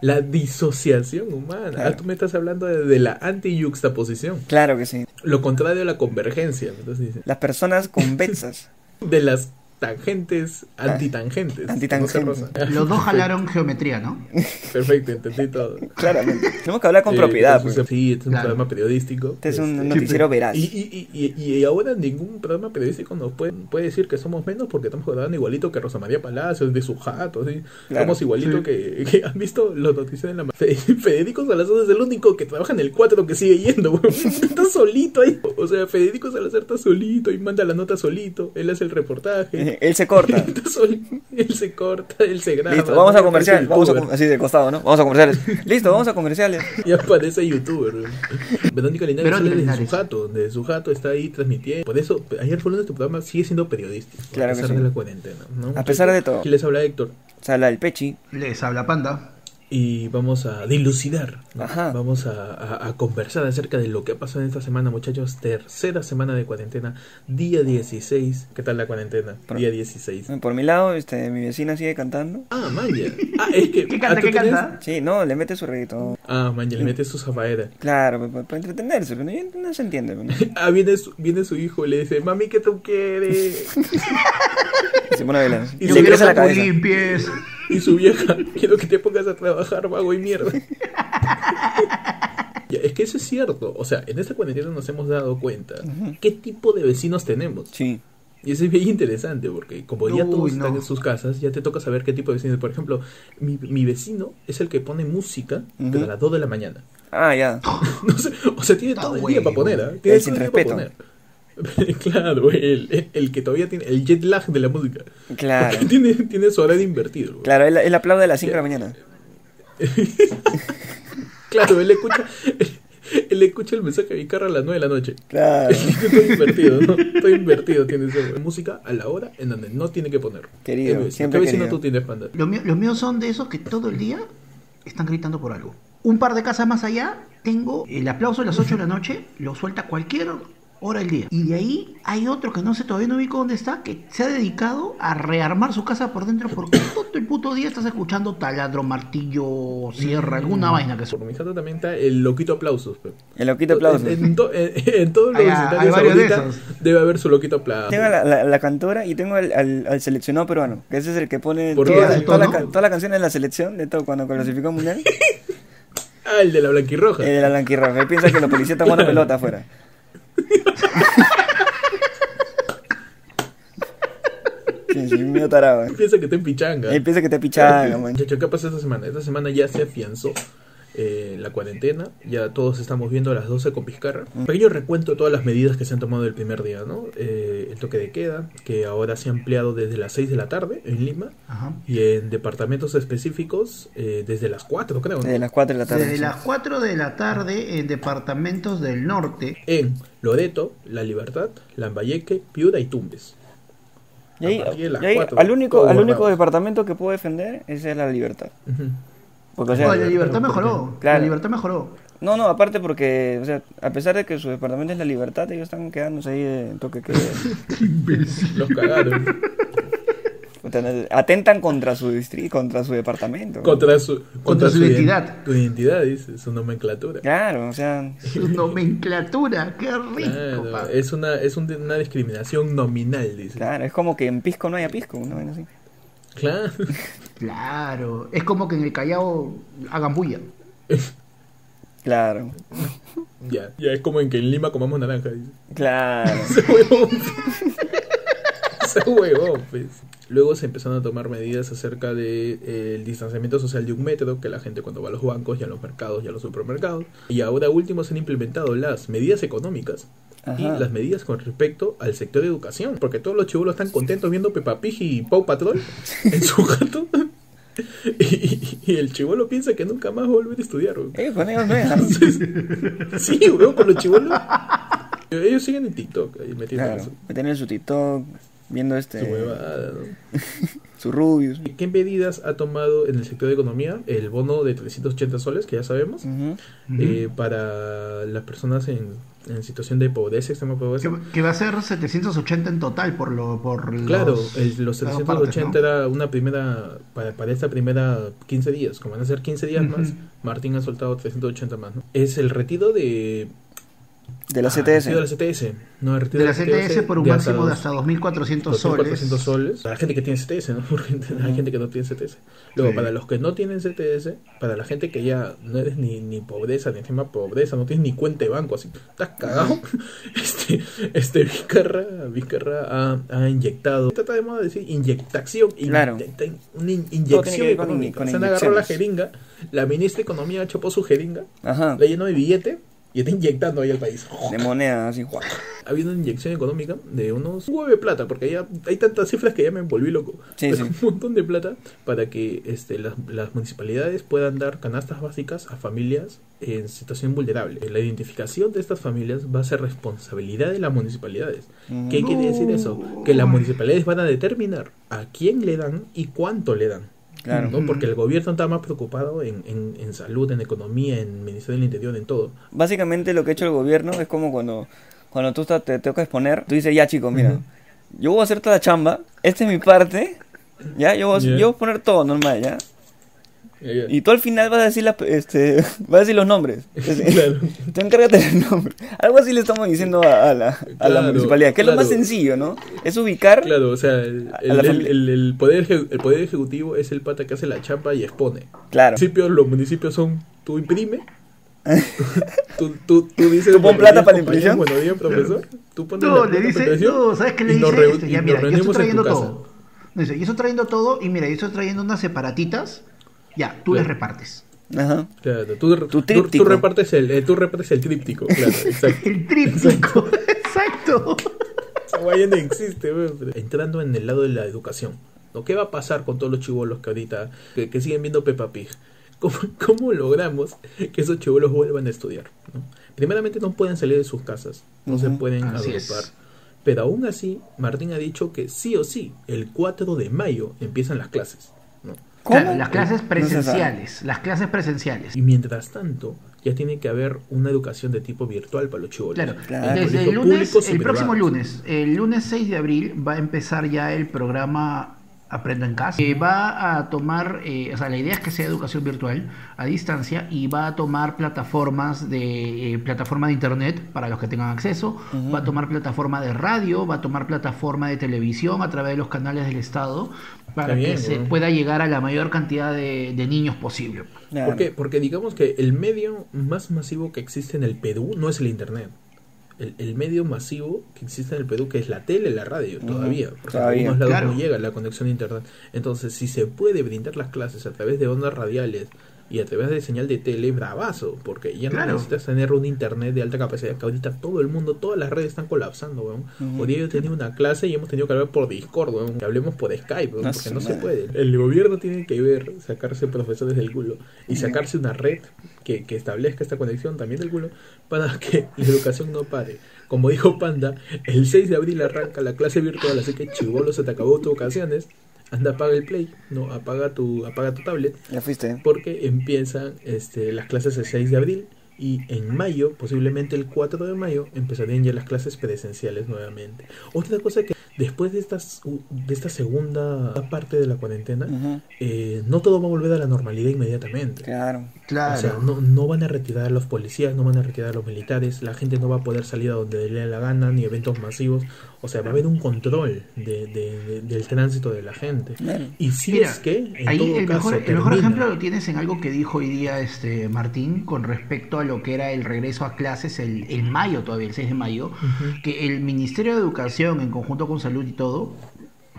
[SPEAKER 2] la disociación humana.
[SPEAKER 1] Claro.
[SPEAKER 2] Ah, tú me estás hablando de, de la anti-yuxtaposición.
[SPEAKER 1] Claro que sí.
[SPEAKER 2] Lo contrario a la convergencia. entonces dice,
[SPEAKER 1] Las personas convexas.
[SPEAKER 2] De las tangentes antitangentes.
[SPEAKER 1] antitangentes.
[SPEAKER 2] No sé, Rosa.
[SPEAKER 3] Los dos jalaron geometría, ¿no?
[SPEAKER 2] Perfecto, entendí todo.
[SPEAKER 1] Claramente. Tenemos que hablar con
[SPEAKER 2] Eh,
[SPEAKER 1] propiedad.
[SPEAKER 2] entonces,
[SPEAKER 1] pues.
[SPEAKER 2] Sí, este es un
[SPEAKER 3] Claro.
[SPEAKER 2] programa periodístico.
[SPEAKER 1] Este es un
[SPEAKER 2] Este,
[SPEAKER 1] noticiero veraz.
[SPEAKER 2] Y, y, y, y- y ahora ningún programa periodístico nos puede, puede decir que somos menos porque estamos grabando igualito que Rosa María Palacios, de su jato. ¿sí?
[SPEAKER 1] Claro.
[SPEAKER 2] Somos igualito
[SPEAKER 3] Sí.
[SPEAKER 2] que, que han visto los noticias en la ma- Fe- Federico Salazar es el único que trabaja en el 4 que sigue yendo. weón. está solito ahí. O sea, Federico Salazar está solito y manda la nota solito. Él hace el reportaje.
[SPEAKER 1] Él se corta.
[SPEAKER 2] Está sol- él se corta, él se graba.
[SPEAKER 1] Listo, vamos a
[SPEAKER 2] Ya parece
[SPEAKER 1] comercial. Vamos a,
[SPEAKER 2] youtuber.
[SPEAKER 1] com- así de costado, ¿no? Vamos a comerciales. Listo, vamos a comerciales.
[SPEAKER 2] Ya parece youtuber. weón. Verónica Linares
[SPEAKER 3] Verónica
[SPEAKER 2] sale desde
[SPEAKER 3] Linares.
[SPEAKER 2] su jato, desde su jato está ahí transmitiendo. Por eso, ayer fue uno de tu programa, sigue siendo periodístico.
[SPEAKER 1] Claro
[SPEAKER 2] a
[SPEAKER 1] que
[SPEAKER 2] pesar
[SPEAKER 1] sí.
[SPEAKER 2] de la cuarentena. ¿no?
[SPEAKER 1] A pesar de todo.
[SPEAKER 2] Aquí les habla Héctor.
[SPEAKER 1] O sea, la del pechi.
[SPEAKER 3] Les habla Panda.
[SPEAKER 2] Y vamos a dilucidar. ¿no?
[SPEAKER 1] Ajá.
[SPEAKER 2] Vamos a, a- a conversar acerca de lo que ha pasado en esta semana, muchachos. Tercera semana de cuarentena, día 16. ¿Qué tal la cuarentena?
[SPEAKER 1] Pro-
[SPEAKER 2] Día 16.
[SPEAKER 1] Por mi lado, este, mi vecina sigue cantando.
[SPEAKER 2] Ah, Maya. Ah, es que.
[SPEAKER 3] ¿Qué
[SPEAKER 2] ah,
[SPEAKER 3] canta,
[SPEAKER 2] ¿tú
[SPEAKER 3] qué
[SPEAKER 2] crees?
[SPEAKER 3] canta?
[SPEAKER 1] Sí, no, le mete su reggaetón.
[SPEAKER 2] Ah, Maya, le metes su zafaera.
[SPEAKER 1] Claro, pues, para, entretenerse, pero no, no se entiende. pues, ¿no?
[SPEAKER 2] Ah, viene su, viene su hijo y le dice: Mami, ¿qué tú quieres?
[SPEAKER 1] Se pone a bailar.
[SPEAKER 2] Y
[SPEAKER 1] Y
[SPEAKER 2] se
[SPEAKER 1] le
[SPEAKER 2] quiere
[SPEAKER 1] crece la
[SPEAKER 3] que tú
[SPEAKER 1] cabeza.
[SPEAKER 3] limpies.
[SPEAKER 2] Y su vieja, quiero que te pongas a trabajar, vago y mierda. Ya, Es que eso es cierto. O sea, en esta cuarentena nos hemos dado cuenta qué tipo de vecinos tenemos.
[SPEAKER 1] Sí.
[SPEAKER 2] Y eso es bien interesante porque como ya
[SPEAKER 3] Uy,
[SPEAKER 2] todos
[SPEAKER 3] no.
[SPEAKER 2] están en sus casas, ya te toca saber qué tipo de vecinos. Por ejemplo, mi, mi vecino es el que pone música, pero a las 2 de la mañana.
[SPEAKER 1] Ah, ya.
[SPEAKER 2] No sé, o sea, tiene
[SPEAKER 3] Está
[SPEAKER 2] todo el
[SPEAKER 3] bueno.
[SPEAKER 2] día para poner, ¿ah? Tiene
[SPEAKER 1] El sin
[SPEAKER 2] todo el día
[SPEAKER 1] respeto.
[SPEAKER 2] para poner. claro, el, el- el que todavía tiene el jet lag de la música.
[SPEAKER 1] Claro.
[SPEAKER 2] Porque tiene, tiene su horario invertido. güey.
[SPEAKER 1] Claro, él, él aplaude a las 5 de la mañana.
[SPEAKER 2] Claro, él escucha, él escucha el mensaje de Vicarra a las 9 de la noche.
[SPEAKER 1] Claro.
[SPEAKER 2] Estoy invertido, ¿no? Estoy invertido, tiene ese- Música a la hora en donde no tiene que poner.
[SPEAKER 1] Querido,
[SPEAKER 2] ¿Qué vecino?
[SPEAKER 1] siempre
[SPEAKER 2] ¿Qué vecino
[SPEAKER 1] querido.
[SPEAKER 2] tú tienes, Panda?
[SPEAKER 3] Los míos, los míos son de esos que todo el día están gritando por algo. Un par de casas más allá, tengo el aplauso a las 8 de la noche, lo suelta a cualquier hora del día. Y de ahí hay otro que no sé, todavía no ubico dónde está, que se ha dedicado a rearmar su casa por dentro porque todo el puto día estás escuchando taladro, martillo, sierra,
[SPEAKER 1] Mm.
[SPEAKER 3] alguna vaina que
[SPEAKER 2] Por
[SPEAKER 3] suena.
[SPEAKER 2] mi jato también está el loquito aplausos. pe.
[SPEAKER 1] El loquito aplauso.
[SPEAKER 2] En, en to- en- en todos los
[SPEAKER 3] Hay- hay
[SPEAKER 2] escenarios
[SPEAKER 3] varios de
[SPEAKER 2] ahorita
[SPEAKER 3] esos.
[SPEAKER 2] debe haber su loquito aplauso.
[SPEAKER 1] Tengo a la, la- la cantora y tengo al, al- al seleccionado peruano, que ese es el que pone
[SPEAKER 2] Porque
[SPEAKER 1] todas
[SPEAKER 2] hace
[SPEAKER 1] las
[SPEAKER 2] todo,
[SPEAKER 1] todas las
[SPEAKER 2] ¿no?
[SPEAKER 1] can- todas las canciones de la selección, de todo, cuando clasificó al mundial,
[SPEAKER 2] Ah, el de la blanquirroja.
[SPEAKER 1] el de la blanquirroja. Él piensa que los policías están jugando pelota afuera. Sí, sí, medio tarado. eh.
[SPEAKER 2] Piensa que está en pichanga.
[SPEAKER 1] Él piensa que te pichanga, man.
[SPEAKER 2] Muchachos, ¿qué pasa esta semana? Esta semana ya se afianzó eh, la cuarentena, ya todos estamos viendo a las 12 con Vizcarra.
[SPEAKER 1] Mm.
[SPEAKER 2] Un pequeño recuento de todas las medidas que se han tomado del primer día, ¿no? Eh, el toque de queda, que ahora se ha ampliado desde las 6 de la tarde en Lima
[SPEAKER 3] Ajá.
[SPEAKER 2] y en departamentos específicos eh, desde las 4, creo, ¿no?
[SPEAKER 1] Desde las 4 de la tarde.
[SPEAKER 3] Desde
[SPEAKER 1] sí.
[SPEAKER 3] las 4 de la tarde en departamentos del norte.
[SPEAKER 2] En Loreto, La Libertad, Lambayeque, Piura y Tumbes.
[SPEAKER 1] Y ahí,
[SPEAKER 2] a partir de las
[SPEAKER 1] y ahí,
[SPEAKER 2] cuatro,
[SPEAKER 1] al único,
[SPEAKER 2] todo
[SPEAKER 1] al único
[SPEAKER 2] guardado.
[SPEAKER 1] departamento que puedo defender ese es la libertad.
[SPEAKER 2] Ujú.
[SPEAKER 1] Porque, o sea,
[SPEAKER 3] No, la libertad mejoró.
[SPEAKER 1] Claro.
[SPEAKER 3] La libertad mejoró.
[SPEAKER 1] No, no, aparte porque, o sea, a pesar de que su departamento es la libertad, ellos están quedándose ahí en toque que...
[SPEAKER 2] Los cagaron.
[SPEAKER 1] o sea, atentan contra su distrito, contra su departamento.
[SPEAKER 2] contra su, contra
[SPEAKER 3] su
[SPEAKER 2] ident-
[SPEAKER 3] identidad.
[SPEAKER 2] Su identidad, dice, su nomenclatura.
[SPEAKER 1] Claro, o sea,
[SPEAKER 3] Su nomenclatura, qué rico,
[SPEAKER 2] Claro,
[SPEAKER 3] pa.
[SPEAKER 2] es una, es un- una discriminación nominal, dice.
[SPEAKER 1] claro, es como que en Pisco no haya Pisco, una vaina así.
[SPEAKER 2] Claro.
[SPEAKER 3] Claro, es como que en el Callao hagan bulla.
[SPEAKER 1] Claro,
[SPEAKER 2] ya, ya es como en que en Lima comamos naranja, dice.
[SPEAKER 1] claro.
[SPEAKER 2] Ese huevón. Ese huevón, pues. Luego se empezaron a tomar medidas acerca del de, eh, el distanciamiento social de un metro, que la gente cuando va a los bancos y a los mercados y a los supermercados. Y ahora último se han implementado las medidas económicas y
[SPEAKER 1] Ajá.
[SPEAKER 2] las medidas con respecto al sector de educación, porque todos los chibolos están contentos viendo Peppa Pig y Pau Patrol en su gato. Y, y el chivolo piensa que nunca más va a volver a estudiar. weón.
[SPEAKER 1] Eh, con ellos no es así.
[SPEAKER 2] Sí, weón, con los chibolos. Ellos siguen en TikTok ahí metidos.
[SPEAKER 1] Claro, me tienen su TikTok, viendo este
[SPEAKER 2] Su huevada, ¿no?
[SPEAKER 1] su Rubius.
[SPEAKER 2] ¿Qué medidas ha tomado en el sector de economía el bono de 380 soles, que ya sabemos,
[SPEAKER 1] Ujú.
[SPEAKER 2] eh, para las personas en, en situación de pobreza, extrema pobreza?
[SPEAKER 3] Que, que va a ser 780 en total por lo por los- Ah,
[SPEAKER 2] Claro, el- los
[SPEAKER 3] las dos
[SPEAKER 2] 380
[SPEAKER 3] partes,
[SPEAKER 2] era una primera, para, para esta primera 15 días, como van a ser 15 días más,
[SPEAKER 3] Ujú.
[SPEAKER 2] Martín ha soltado 380 más, ¿no? Es el retiro de...
[SPEAKER 1] De la
[SPEAKER 2] ah, retiro de la
[SPEAKER 1] CTS.
[SPEAKER 2] CTS. No, el
[SPEAKER 3] ¿no?
[SPEAKER 2] retiro
[SPEAKER 3] de la CTS por un
[SPEAKER 2] de
[SPEAKER 3] máximo de
[SPEAKER 2] dos-
[SPEAKER 3] hasta 2.400 soles.
[SPEAKER 2] 2.400 soles. Para la gente que tiene CTS, ¿no? Porque hay gente que no tiene CTS. Luego,
[SPEAKER 3] Sí.
[SPEAKER 2] para los que no tienen CTS, para la gente que ya no eres ni, ni pobreza, ni encima pobreza, no tienes ni cuenta de banco, así, estás cagado. Este, este Vizcarra, Vizcarra ha, ha inyectado, trata de moda decir inyectación, in-
[SPEAKER 1] Claro.
[SPEAKER 2] in- una in-
[SPEAKER 1] Todo tiene que
[SPEAKER 2] inyección
[SPEAKER 1] ver con
[SPEAKER 2] económica.
[SPEAKER 1] in- con
[SPEAKER 2] Se han agarrado la
[SPEAKER 1] inyecciones.
[SPEAKER 2] jeringa, la ministra de Economía chopó su jeringa,
[SPEAKER 1] Ajá.
[SPEAKER 2] la llenó de billete y está inyectando ahí al país.
[SPEAKER 1] Ah. De moneda, así. ¡guau!
[SPEAKER 2] Ha habido una inyección económica de unos un huevo de plata, porque ya hay tantas cifras que ya me volví loco.
[SPEAKER 1] Sí,
[SPEAKER 2] Pero
[SPEAKER 1] sí.
[SPEAKER 2] Un montón de plata para que este, las, las municipalidades puedan dar canastas básicas a familias en situación vulnerable. La identificación de estas familias va a ser responsabilidad de las municipalidades.
[SPEAKER 1] Ujú.
[SPEAKER 2] ¿Qué quiere decir eso? Que las municipalidades van a determinar a quién le dan y cuánto le dan.
[SPEAKER 1] Claro.
[SPEAKER 2] ¿no? Porque el gobierno está más preocupado en, en- en salud, en economía, en Ministerio del Interior, en todo.
[SPEAKER 1] Básicamente lo que ha hecho el gobierno es como cuando, cuando tú estás- te toca exponer, tú dices, ya chicos, mira, yo voy a hacer toda la chamba, esta es mi parte, ya, yo voy, a-
[SPEAKER 2] Ya.
[SPEAKER 1] yo voy a poner todo normal, ya. Y tú al final vas a decir, la, este, vas a decir los nombres. Entonces,
[SPEAKER 2] Claro.
[SPEAKER 1] Tú encárgate del nombre. Algo así le estamos diciendo a, a la, a la
[SPEAKER 2] Claro,
[SPEAKER 1] municipalidad, que es lo más
[SPEAKER 2] claro.
[SPEAKER 1] sencillo, ¿no? Es ubicar,
[SPEAKER 2] Claro, o sea, el,
[SPEAKER 1] A- a
[SPEAKER 2] el-
[SPEAKER 1] la
[SPEAKER 2] el-
[SPEAKER 1] familia.
[SPEAKER 2] el- el poder, eje- el poder ejecutivo es el pata que hace la chapa y expone.
[SPEAKER 1] claro.
[SPEAKER 2] Al principio los municipios son, tú imprime, tú, tú, tú dices...
[SPEAKER 1] Tú pon
[SPEAKER 2] "Buenos
[SPEAKER 1] plata
[SPEAKER 2] días,
[SPEAKER 1] para la
[SPEAKER 2] compañero,
[SPEAKER 1] impresión".
[SPEAKER 2] Buenos días, profesor. Tú pones la
[SPEAKER 3] No,
[SPEAKER 2] plata
[SPEAKER 3] le
[SPEAKER 2] para
[SPEAKER 3] dice,
[SPEAKER 2] impresión
[SPEAKER 3] no, ¿sabes qué le
[SPEAKER 2] y nos
[SPEAKER 3] dice
[SPEAKER 2] reu-
[SPEAKER 3] este?
[SPEAKER 2] y
[SPEAKER 3] Ya
[SPEAKER 2] nos
[SPEAKER 3] mira, yo estoy
[SPEAKER 2] reunimos en tu
[SPEAKER 3] trayendo
[SPEAKER 2] casa.
[SPEAKER 3] todo. No dice, yo estoy trayendo todo y mira, yo estoy trayendo unas separatitas. Ya, tú
[SPEAKER 2] Claro.
[SPEAKER 3] las repartes.
[SPEAKER 1] Ajá.
[SPEAKER 2] Claro, tú, tú- tú
[SPEAKER 1] tríptico.
[SPEAKER 2] repartes el, eh, tú repartes el tríptico, claro, exacto.
[SPEAKER 3] El tríptico, exacto.
[SPEAKER 2] Esa guaya no existe, weón, pero- Entrando en el lado de la educación, ¿no? ¿Qué va a pasar con todos los chivolos que ahorita, que, que siguen viendo Peppa Pig? ¿Cómo, cómo logramos que esos chivolos vuelvan a estudiar? ¿no? Primeramente no pueden salir de sus casas, no se
[SPEAKER 1] Ujú,
[SPEAKER 2] pueden
[SPEAKER 3] así
[SPEAKER 2] agrupar.
[SPEAKER 3] es.
[SPEAKER 2] Pero aún así, Martín ha dicho que sí o sí, el 4 de mayo empiezan las clases. ¿no?
[SPEAKER 3] Claro, las clases
[SPEAKER 1] No se
[SPEAKER 3] presenciales, las clases presenciales.
[SPEAKER 2] Y mientras tanto, ya tiene que haber una educación de tipo virtual para los chivolos.
[SPEAKER 3] Claro,
[SPEAKER 1] Claro.
[SPEAKER 3] desde el
[SPEAKER 2] Colegio
[SPEAKER 3] lunes,
[SPEAKER 2] público
[SPEAKER 3] el próximo
[SPEAKER 2] privado.
[SPEAKER 3] lunes, el lunes 6 de abril va a empezar ya el programa Aprendo en Casa, que va a tomar, eh, o sea, la idea es que sea educación virtual a distancia y va a tomar plataformas de eh, plataforma de internet para los que tengan acceso, va a tomar plataforma de radio, va a tomar plataforma de televisión a través de los canales del Estado para
[SPEAKER 2] Está
[SPEAKER 3] que
[SPEAKER 2] bien,
[SPEAKER 3] se
[SPEAKER 2] weón.
[SPEAKER 3] pueda llegar a la mayor cantidad de, de niños posible.
[SPEAKER 1] sabe.
[SPEAKER 2] ¿Por qué? Porque digamos que el medio más masivo que existe en el Perú no es el Internet. El, el medio masivo que existe en el Perú, que es la tele, la radio, todavía. Porque en
[SPEAKER 1] todavía,
[SPEAKER 2] algunos lados
[SPEAKER 3] claro.
[SPEAKER 2] no llega la conexión a Internet. Entonces, si se puede brindar las clases a través de ondas radiales y a través de señal de tele, bravazo. Porque ya no
[SPEAKER 3] Claro.
[SPEAKER 2] necesitas tener un Internet de alta capacidad, que ahorita todo el mundo, todas las redes están colapsando, weón. Hoy día yo tenía una clase y hemos tenido que hablar por Discord, weón. Que hablemos por Skype, weón,
[SPEAKER 1] Ah,
[SPEAKER 2] porque
[SPEAKER 1] su
[SPEAKER 2] no se
[SPEAKER 1] madre.
[SPEAKER 2] puede puede. El gobierno tiene que ver, sacarse profesores del culo y sacarse una red que, que establezca esta conexión también del culo para que la educación no pare. Como dijo Panda, el 6 de abril arranca la clase virtual, así que chivolo se te acabó tus vacaciones. Anda, apaga el play, no, apaga tu, apaga tu tablet,
[SPEAKER 1] Ya fuiste.
[SPEAKER 2] porque empiezan este, las clases el 6 de abril y en mayo, posiblemente el 4 de mayo, empezarían ya las clases presenciales nuevamente. Otra cosa que después de, estas, de esta segunda parte de la cuarentena,
[SPEAKER 1] Ujú.
[SPEAKER 2] eh, no todo va a volver a la normalidad inmediatamente.
[SPEAKER 1] Claro.
[SPEAKER 3] Claro.
[SPEAKER 2] O sea, no, no van a retirar a los policías, no van a retirar a los militares, la gente no va a poder salir a donde le dé la gana, ni eventos masivos. O sea, va a haber un control de- de- de- del tránsito de la gente.
[SPEAKER 1] Claro.
[SPEAKER 2] Y si
[SPEAKER 3] Mira,
[SPEAKER 2] es que, en
[SPEAKER 3] ahí
[SPEAKER 2] todo
[SPEAKER 3] el,
[SPEAKER 2] caso,
[SPEAKER 3] mejor, el mejor
[SPEAKER 2] termina-
[SPEAKER 3] ejemplo lo tienes en algo que dijo hoy día este Martín con respecto a lo que era el regreso a clases el, el mayo todavía, el 6 de mayo, que el Ministerio de Educación en conjunto con Salud y todo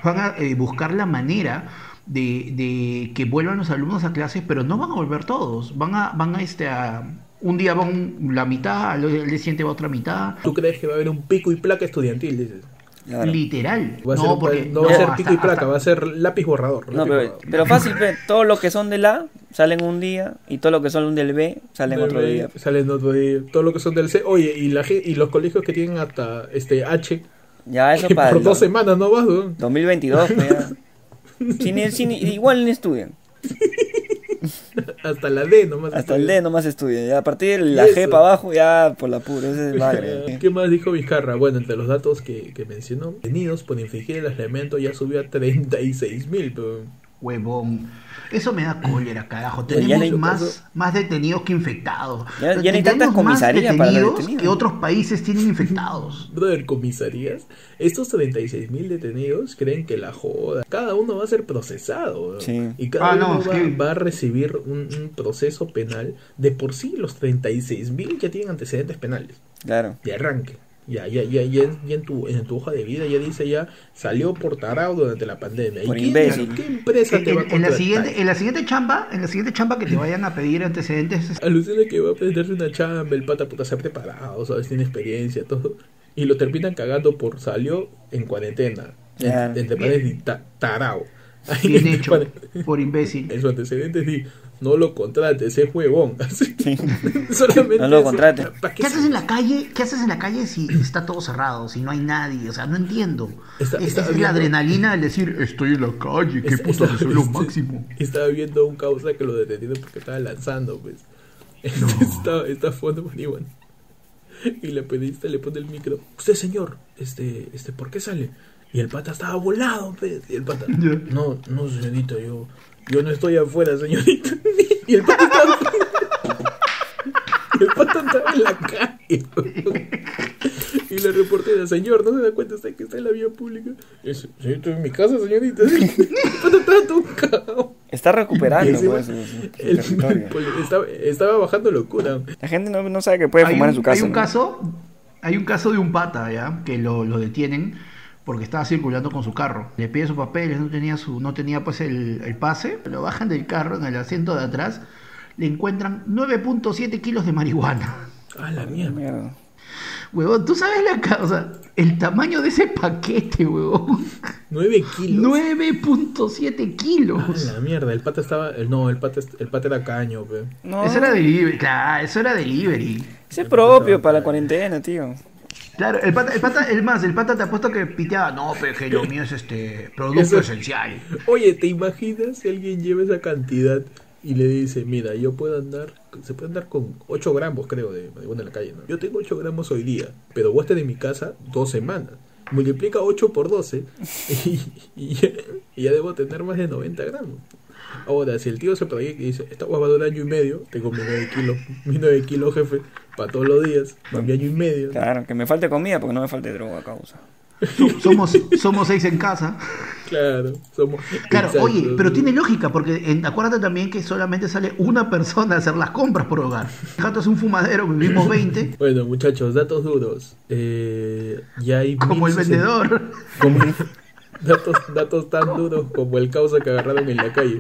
[SPEAKER 3] van a eh, buscar la manera de, de que vuelvan los alumnos a clases, pero no van a volver todos, van a, van a este a- un día va un- la mitad, al al día siguiente va otra mitad,
[SPEAKER 2] ¿Tú crees que va a haber un pico y placa estudiantil? Dices.
[SPEAKER 1] claro.
[SPEAKER 3] literal.
[SPEAKER 2] Va a ser un pa-
[SPEAKER 3] porque-
[SPEAKER 2] no va a ser
[SPEAKER 3] hasta-
[SPEAKER 2] pico y placa,
[SPEAKER 3] hasta-
[SPEAKER 2] va a ser lápiz borrador.
[SPEAKER 1] No,
[SPEAKER 2] lápiz
[SPEAKER 1] pero,
[SPEAKER 2] borrador.
[SPEAKER 1] pero fácil, pe, todos los que son del A salen un día y todos los que son del B salen
[SPEAKER 2] Del
[SPEAKER 1] otro
[SPEAKER 2] B,
[SPEAKER 1] día.
[SPEAKER 2] Salen otro día. Todo lo que son del C. Oye, y, la, G- y los colegios que tienen hasta este H.
[SPEAKER 1] Ya, eso
[SPEAKER 2] Que
[SPEAKER 1] para.
[SPEAKER 2] por
[SPEAKER 1] el
[SPEAKER 2] dos
[SPEAKER 1] do-
[SPEAKER 2] semanas no vas, weón.
[SPEAKER 1] 2022, pues, ya. Sin, sin- igual no estudian.
[SPEAKER 2] Hasta la D nomás.
[SPEAKER 1] Hasta el D nomás estudian. Ya, a partir de la
[SPEAKER 2] Y
[SPEAKER 1] G
[SPEAKER 2] eso.
[SPEAKER 1] para abajo, ya por la pura. Ese es madre.
[SPEAKER 2] ¿Qué más dijo Vizcarra? Bueno, entre los datos que, que mencionó, detenidos por infligir el elemento ya subió a 36 mil.
[SPEAKER 3] Huevón. Eso me da cólera, carajo.
[SPEAKER 1] Pues ya
[SPEAKER 3] Tenemos
[SPEAKER 1] no hay-
[SPEAKER 3] más, más detenidos que infectados.
[SPEAKER 1] Ya- ya no hay
[SPEAKER 3] Tenemos
[SPEAKER 1] tantas comisarías
[SPEAKER 3] más
[SPEAKER 1] para
[SPEAKER 3] detenidos
[SPEAKER 1] detenidos.
[SPEAKER 3] que otros países tienen infectados.
[SPEAKER 2] Brother, comisarías, estos 36 mil detenidos creen que la joda. Cada uno va a ser procesado. ¿no?
[SPEAKER 1] Sí.
[SPEAKER 2] Y cada
[SPEAKER 3] Ah, no,
[SPEAKER 2] uno
[SPEAKER 3] es
[SPEAKER 2] va,
[SPEAKER 3] que-
[SPEAKER 2] va a recibir un, un proceso penal. De por sí, los 36 mil ya tienen antecedentes penales.
[SPEAKER 1] Claro.
[SPEAKER 2] de arranque. Ya, ya, ya, ya, en, ya en tu, en tu hoja de vida ya dice ya salió por tarado durante la pandemia. ¿Y
[SPEAKER 1] Por
[SPEAKER 2] qué-
[SPEAKER 1] imbécil.
[SPEAKER 2] ¿Qué empresa
[SPEAKER 3] En,
[SPEAKER 2] te va a
[SPEAKER 3] en- en la
[SPEAKER 2] contratar?
[SPEAKER 3] siguiente, en la siguiente chamba, en la siguiente chamba que te vayan a pedir antecedentes,
[SPEAKER 2] Alucina que va a perderse una chamba, el pata puta se ha preparado, sabes, tiene experiencia, todo. Y lo terminan cagando por salió en cuarentena. En-
[SPEAKER 1] Claro.
[SPEAKER 2] Entre paréntesis, ta- tarao. Ahí
[SPEAKER 3] bien
[SPEAKER 2] entre
[SPEAKER 3] hecho,
[SPEAKER 2] paréntesis,
[SPEAKER 3] por imbécil.
[SPEAKER 2] En su antecedente di, no lo contrates, es huevón. Así. Solamente
[SPEAKER 1] No lo
[SPEAKER 2] eso.
[SPEAKER 1] contrates.
[SPEAKER 2] ¿Para qué
[SPEAKER 3] ¿Qué
[SPEAKER 2] se-
[SPEAKER 3] haces en la calle? ¿Qué haces en la calle si está todo cerrado, si no hay nadie? O sea, no entiendo.
[SPEAKER 2] Está-
[SPEAKER 3] Esa
[SPEAKER 2] estaba
[SPEAKER 3] es la
[SPEAKER 2] viendo-
[SPEAKER 3] adrenalina al decir estoy en la calle, qué
[SPEAKER 2] Esta-
[SPEAKER 3] puta
[SPEAKER 2] esta-
[SPEAKER 3] que soy lo
[SPEAKER 2] este-
[SPEAKER 3] máximo.
[SPEAKER 2] Estaba viendo un causa que lo detenido porque estaba lanzando, pues. Está, está fondo marihuana. Y la periodista le pone el micro. Usted, señor, este, este, ¿por qué sale? Y el pata estaba volado, pues. Y el pata,
[SPEAKER 3] Ya.
[SPEAKER 2] no, no, señorita, yo, yo no estoy afuera, señorita. Y el pata estaba. y el pata estaba en la calle. Y la reportera, señor, ¿no se da cuenta usted que está en la vía pública? Y dice, sí, estoy en mi casa, señorita. El pata estaba todo cagado.
[SPEAKER 1] Está
[SPEAKER 2] Y
[SPEAKER 1] recuperando,
[SPEAKER 2] encima,
[SPEAKER 1] pues, su- su- su
[SPEAKER 2] el-
[SPEAKER 1] territorio.
[SPEAKER 2] poli- estaba, estaba bajando locura.
[SPEAKER 1] La gente no, no sabe que puede
[SPEAKER 3] hay
[SPEAKER 1] fumar en
[SPEAKER 3] un,
[SPEAKER 1] su casa.
[SPEAKER 3] hay un
[SPEAKER 1] ¿no?
[SPEAKER 3] caso, hay un caso de un pata, ¿ya? Que lo, lo detienen porque estaba circulando con su carro. Le pide sus papeles, no tenía su, no tenía pues el, el pase. Lo bajan del carro en el asiento de atrás, le encuentran 9.7 kilos de marihuana.
[SPEAKER 2] Ah, la mierda.
[SPEAKER 1] Mierda.
[SPEAKER 3] Huevón, ¿tú sabes la causa? El tamaño de ese paquete, huevón.
[SPEAKER 2] 9 kilos.
[SPEAKER 3] 9.7
[SPEAKER 2] Ah,
[SPEAKER 3] kilos.
[SPEAKER 2] la mierda. El pata estaba. el- No, el pata, est- el pata era caño, pe.
[SPEAKER 1] No,
[SPEAKER 3] Eso era delivery, claro, eso era delivery.
[SPEAKER 1] ese es propio para la cuarentena, tío.
[SPEAKER 3] Claro, el pata, el pata, el más, el pata te apuesto que piteaba, no, peje, lo mío es este producto
[SPEAKER 2] Eso-
[SPEAKER 3] esencial.
[SPEAKER 2] Oye, ¿te imaginas si alguien lleva esa cantidad y le dice, mira, yo puedo andar. Se puede andar con 8 gramos, creo, de marihuana en la calle, ¿no? Yo tengo 8 gramos hoy día, pero vos estás en mi casa dos semanas. Multiplica 8 por 12 y, y ya, y ya debo tener más de 90 gramos. Ahora, si el tío se proyecta y dice, esta hueá va a durar año y medio, tengo mis 9 kilos, mis 9 kilos, jefe, para todos los días, para mi año y medio.
[SPEAKER 1] Claro, que me falte comida porque no me falte droga, causa.
[SPEAKER 3] So- Somos, somos seis en casa.
[SPEAKER 2] Claro, somos.
[SPEAKER 3] Claro,
[SPEAKER 2] exacto.
[SPEAKER 3] oye, pero tiene lógica, porque en- acuérdate también que solamente sale una persona a hacer las compras por hogar. El gato es un fumadero, vivimos 20,
[SPEAKER 2] Bueno, muchachos, datos duros. Eh, ya hay.
[SPEAKER 3] como el
[SPEAKER 2] 1060
[SPEAKER 3] vendedor.
[SPEAKER 2] como- datos, datos tan duros como el causa que agarraron en la calle.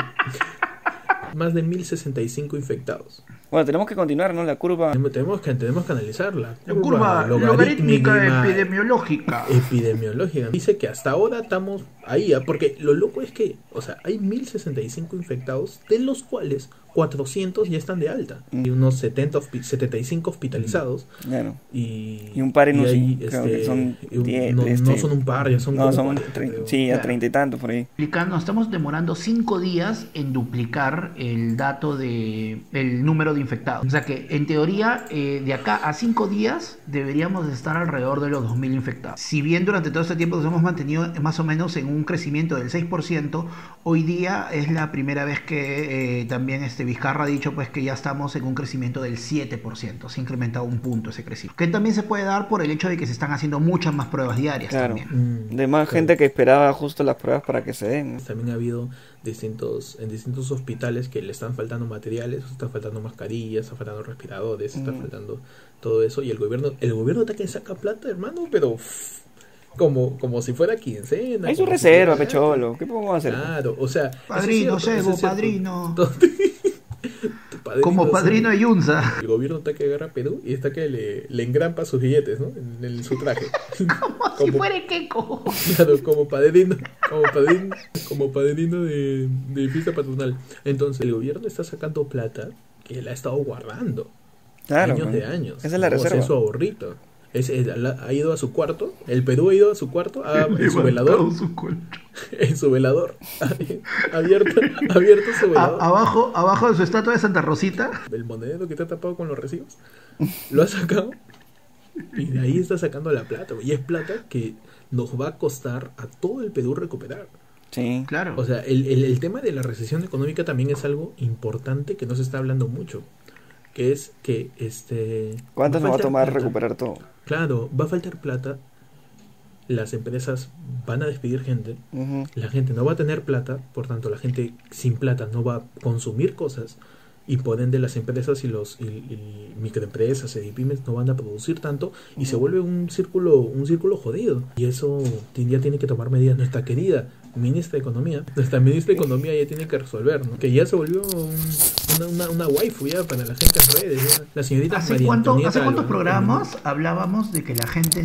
[SPEAKER 2] Más de 1065 infectados.
[SPEAKER 1] Bueno, tenemos que continuar, ¿no? La curva.
[SPEAKER 2] Tenemos- Tenemos que, tenemos que analizarla.
[SPEAKER 3] Curva
[SPEAKER 2] logarítmica,
[SPEAKER 3] logarítmica epidemiológica.
[SPEAKER 2] epidemiológica. Dice que hasta ahora estamos ahí, ¿ah? porque lo loco es que, o sea, hay 1065 infectados, de los cuales 400 ya están de alta.
[SPEAKER 3] Mm.
[SPEAKER 2] Y unos 70, hospi- 75 hospitalizados.
[SPEAKER 1] Claro.
[SPEAKER 2] Y,
[SPEAKER 1] Y un par en
[SPEAKER 2] y
[SPEAKER 1] UCI,
[SPEAKER 2] ahí,
[SPEAKER 1] creo que
[SPEAKER 2] este,
[SPEAKER 1] son
[SPEAKER 2] y un-
[SPEAKER 1] diez,
[SPEAKER 2] no,
[SPEAKER 1] este,
[SPEAKER 2] no son un par, ya son
[SPEAKER 1] No,
[SPEAKER 2] como
[SPEAKER 1] son
[SPEAKER 2] 40,
[SPEAKER 1] trein-
[SPEAKER 2] creo.
[SPEAKER 1] sí, a
[SPEAKER 3] Claro.
[SPEAKER 1] treinta y tantos por ahí.
[SPEAKER 3] Duplicar- Nos estamos demorando cinco días en duplicar el dato de el número de infectados. O sea que en teoría eh, de acá a cinco días deberíamos de estar alrededor de los 2.000 infectados. Si bien durante todo este tiempo nos hemos mantenido más o menos en un crecimiento del 6%, hoy día es la primera vez que eh, también este Vizcarra ha dicho pues que ya estamos en un crecimiento del 7%. Se ha incrementado un punto ese crecimiento. Que también se puede dar por el hecho de que se están haciendo muchas más pruebas diarias
[SPEAKER 1] Claro.
[SPEAKER 3] también.
[SPEAKER 2] Mm.
[SPEAKER 1] De más gente que esperaba justo las pruebas para que se den. ¿no?
[SPEAKER 2] También ha habido distintos, en distintos hospitales que le están faltando materiales, están faltando mascarillas, están faltando respiradores, está
[SPEAKER 1] Mm.
[SPEAKER 2] faltando todo eso. Y el gobierno, el gobierno está que saca plata, hermano, pero uff, como, como si fuera quincena.
[SPEAKER 1] Hay su
[SPEAKER 2] como si
[SPEAKER 1] reserva,
[SPEAKER 2] fuera-
[SPEAKER 1] pecholo. ¿Qué podemos hacer?
[SPEAKER 2] Claro, o sea. eso es
[SPEAKER 3] Padrino,
[SPEAKER 2] cierto, eso
[SPEAKER 3] Sebo,
[SPEAKER 2] es cierto.
[SPEAKER 3] padrino.
[SPEAKER 2] Tu padrino,
[SPEAKER 3] Como padrino
[SPEAKER 2] Sebo.
[SPEAKER 3] de Yunza.
[SPEAKER 2] El gobierno está que agarra a Perú y está que le, le engrampa sus billetes, ¿no? En, en su traje.
[SPEAKER 3] Como si
[SPEAKER 2] Como-
[SPEAKER 3] fuera Keiko.
[SPEAKER 2] Claro, como padrino, como padrino, como padrino de, de fiesta patronal. Entonces, el gobierno está sacando plata que la ha estado guardando
[SPEAKER 1] Claro.
[SPEAKER 2] años
[SPEAKER 1] pues.
[SPEAKER 2] de años.
[SPEAKER 1] Esa es la
[SPEAKER 2] O sea,
[SPEAKER 1] reserva.
[SPEAKER 2] su ahorrito. Es- es- la- ha ido a su cuarto, el Perú ha ido a su cuarto, ha, en su Ah, velador,
[SPEAKER 3] Su colchón.
[SPEAKER 2] en su velador, ha abierto, ha abierto su
[SPEAKER 3] A-
[SPEAKER 2] velador.
[SPEAKER 1] Ah,
[SPEAKER 3] abajo, abajo de su estatua de Santa Rosita.
[SPEAKER 2] el monedero que está tapado con los recibos, lo ha sacado y de ahí está sacando la plata. güey. Y es plata que nos va a costar a todo el Perú recuperar.
[SPEAKER 1] Sí.
[SPEAKER 3] Claro.
[SPEAKER 2] O sea, el, el- el tema de la recesión económica también es algo importante que no se está hablando mucho, que es que este...
[SPEAKER 1] ¿Cuánto nos va a
[SPEAKER 2] faltar
[SPEAKER 1] tomar
[SPEAKER 2] plata.
[SPEAKER 1] recuperar todo?
[SPEAKER 2] Claro, va a faltar plata, las empresas van a despedir gente,
[SPEAKER 1] Ujú.
[SPEAKER 2] la gente no va a tener plata, por tanto la gente sin plata no va a consumir cosas y por ende las empresas y los y, y microempresas y pymes no van a producir tanto y se vuelve un círculo un círculo jodido y eso ti- ya tiene que tomar medidas nuestra querida ministra de economía nuestra ministra de economía ya tiene que resolver ¿no? que ya se volvió un- una, una, una waifu ya para la gente en redes ya. la señorita
[SPEAKER 3] ¿Hace,
[SPEAKER 2] María
[SPEAKER 3] cuánto-
[SPEAKER 2] Antonieta
[SPEAKER 3] hace cuántos
[SPEAKER 2] Alvarado.
[SPEAKER 3] programas hablábamos de que la gente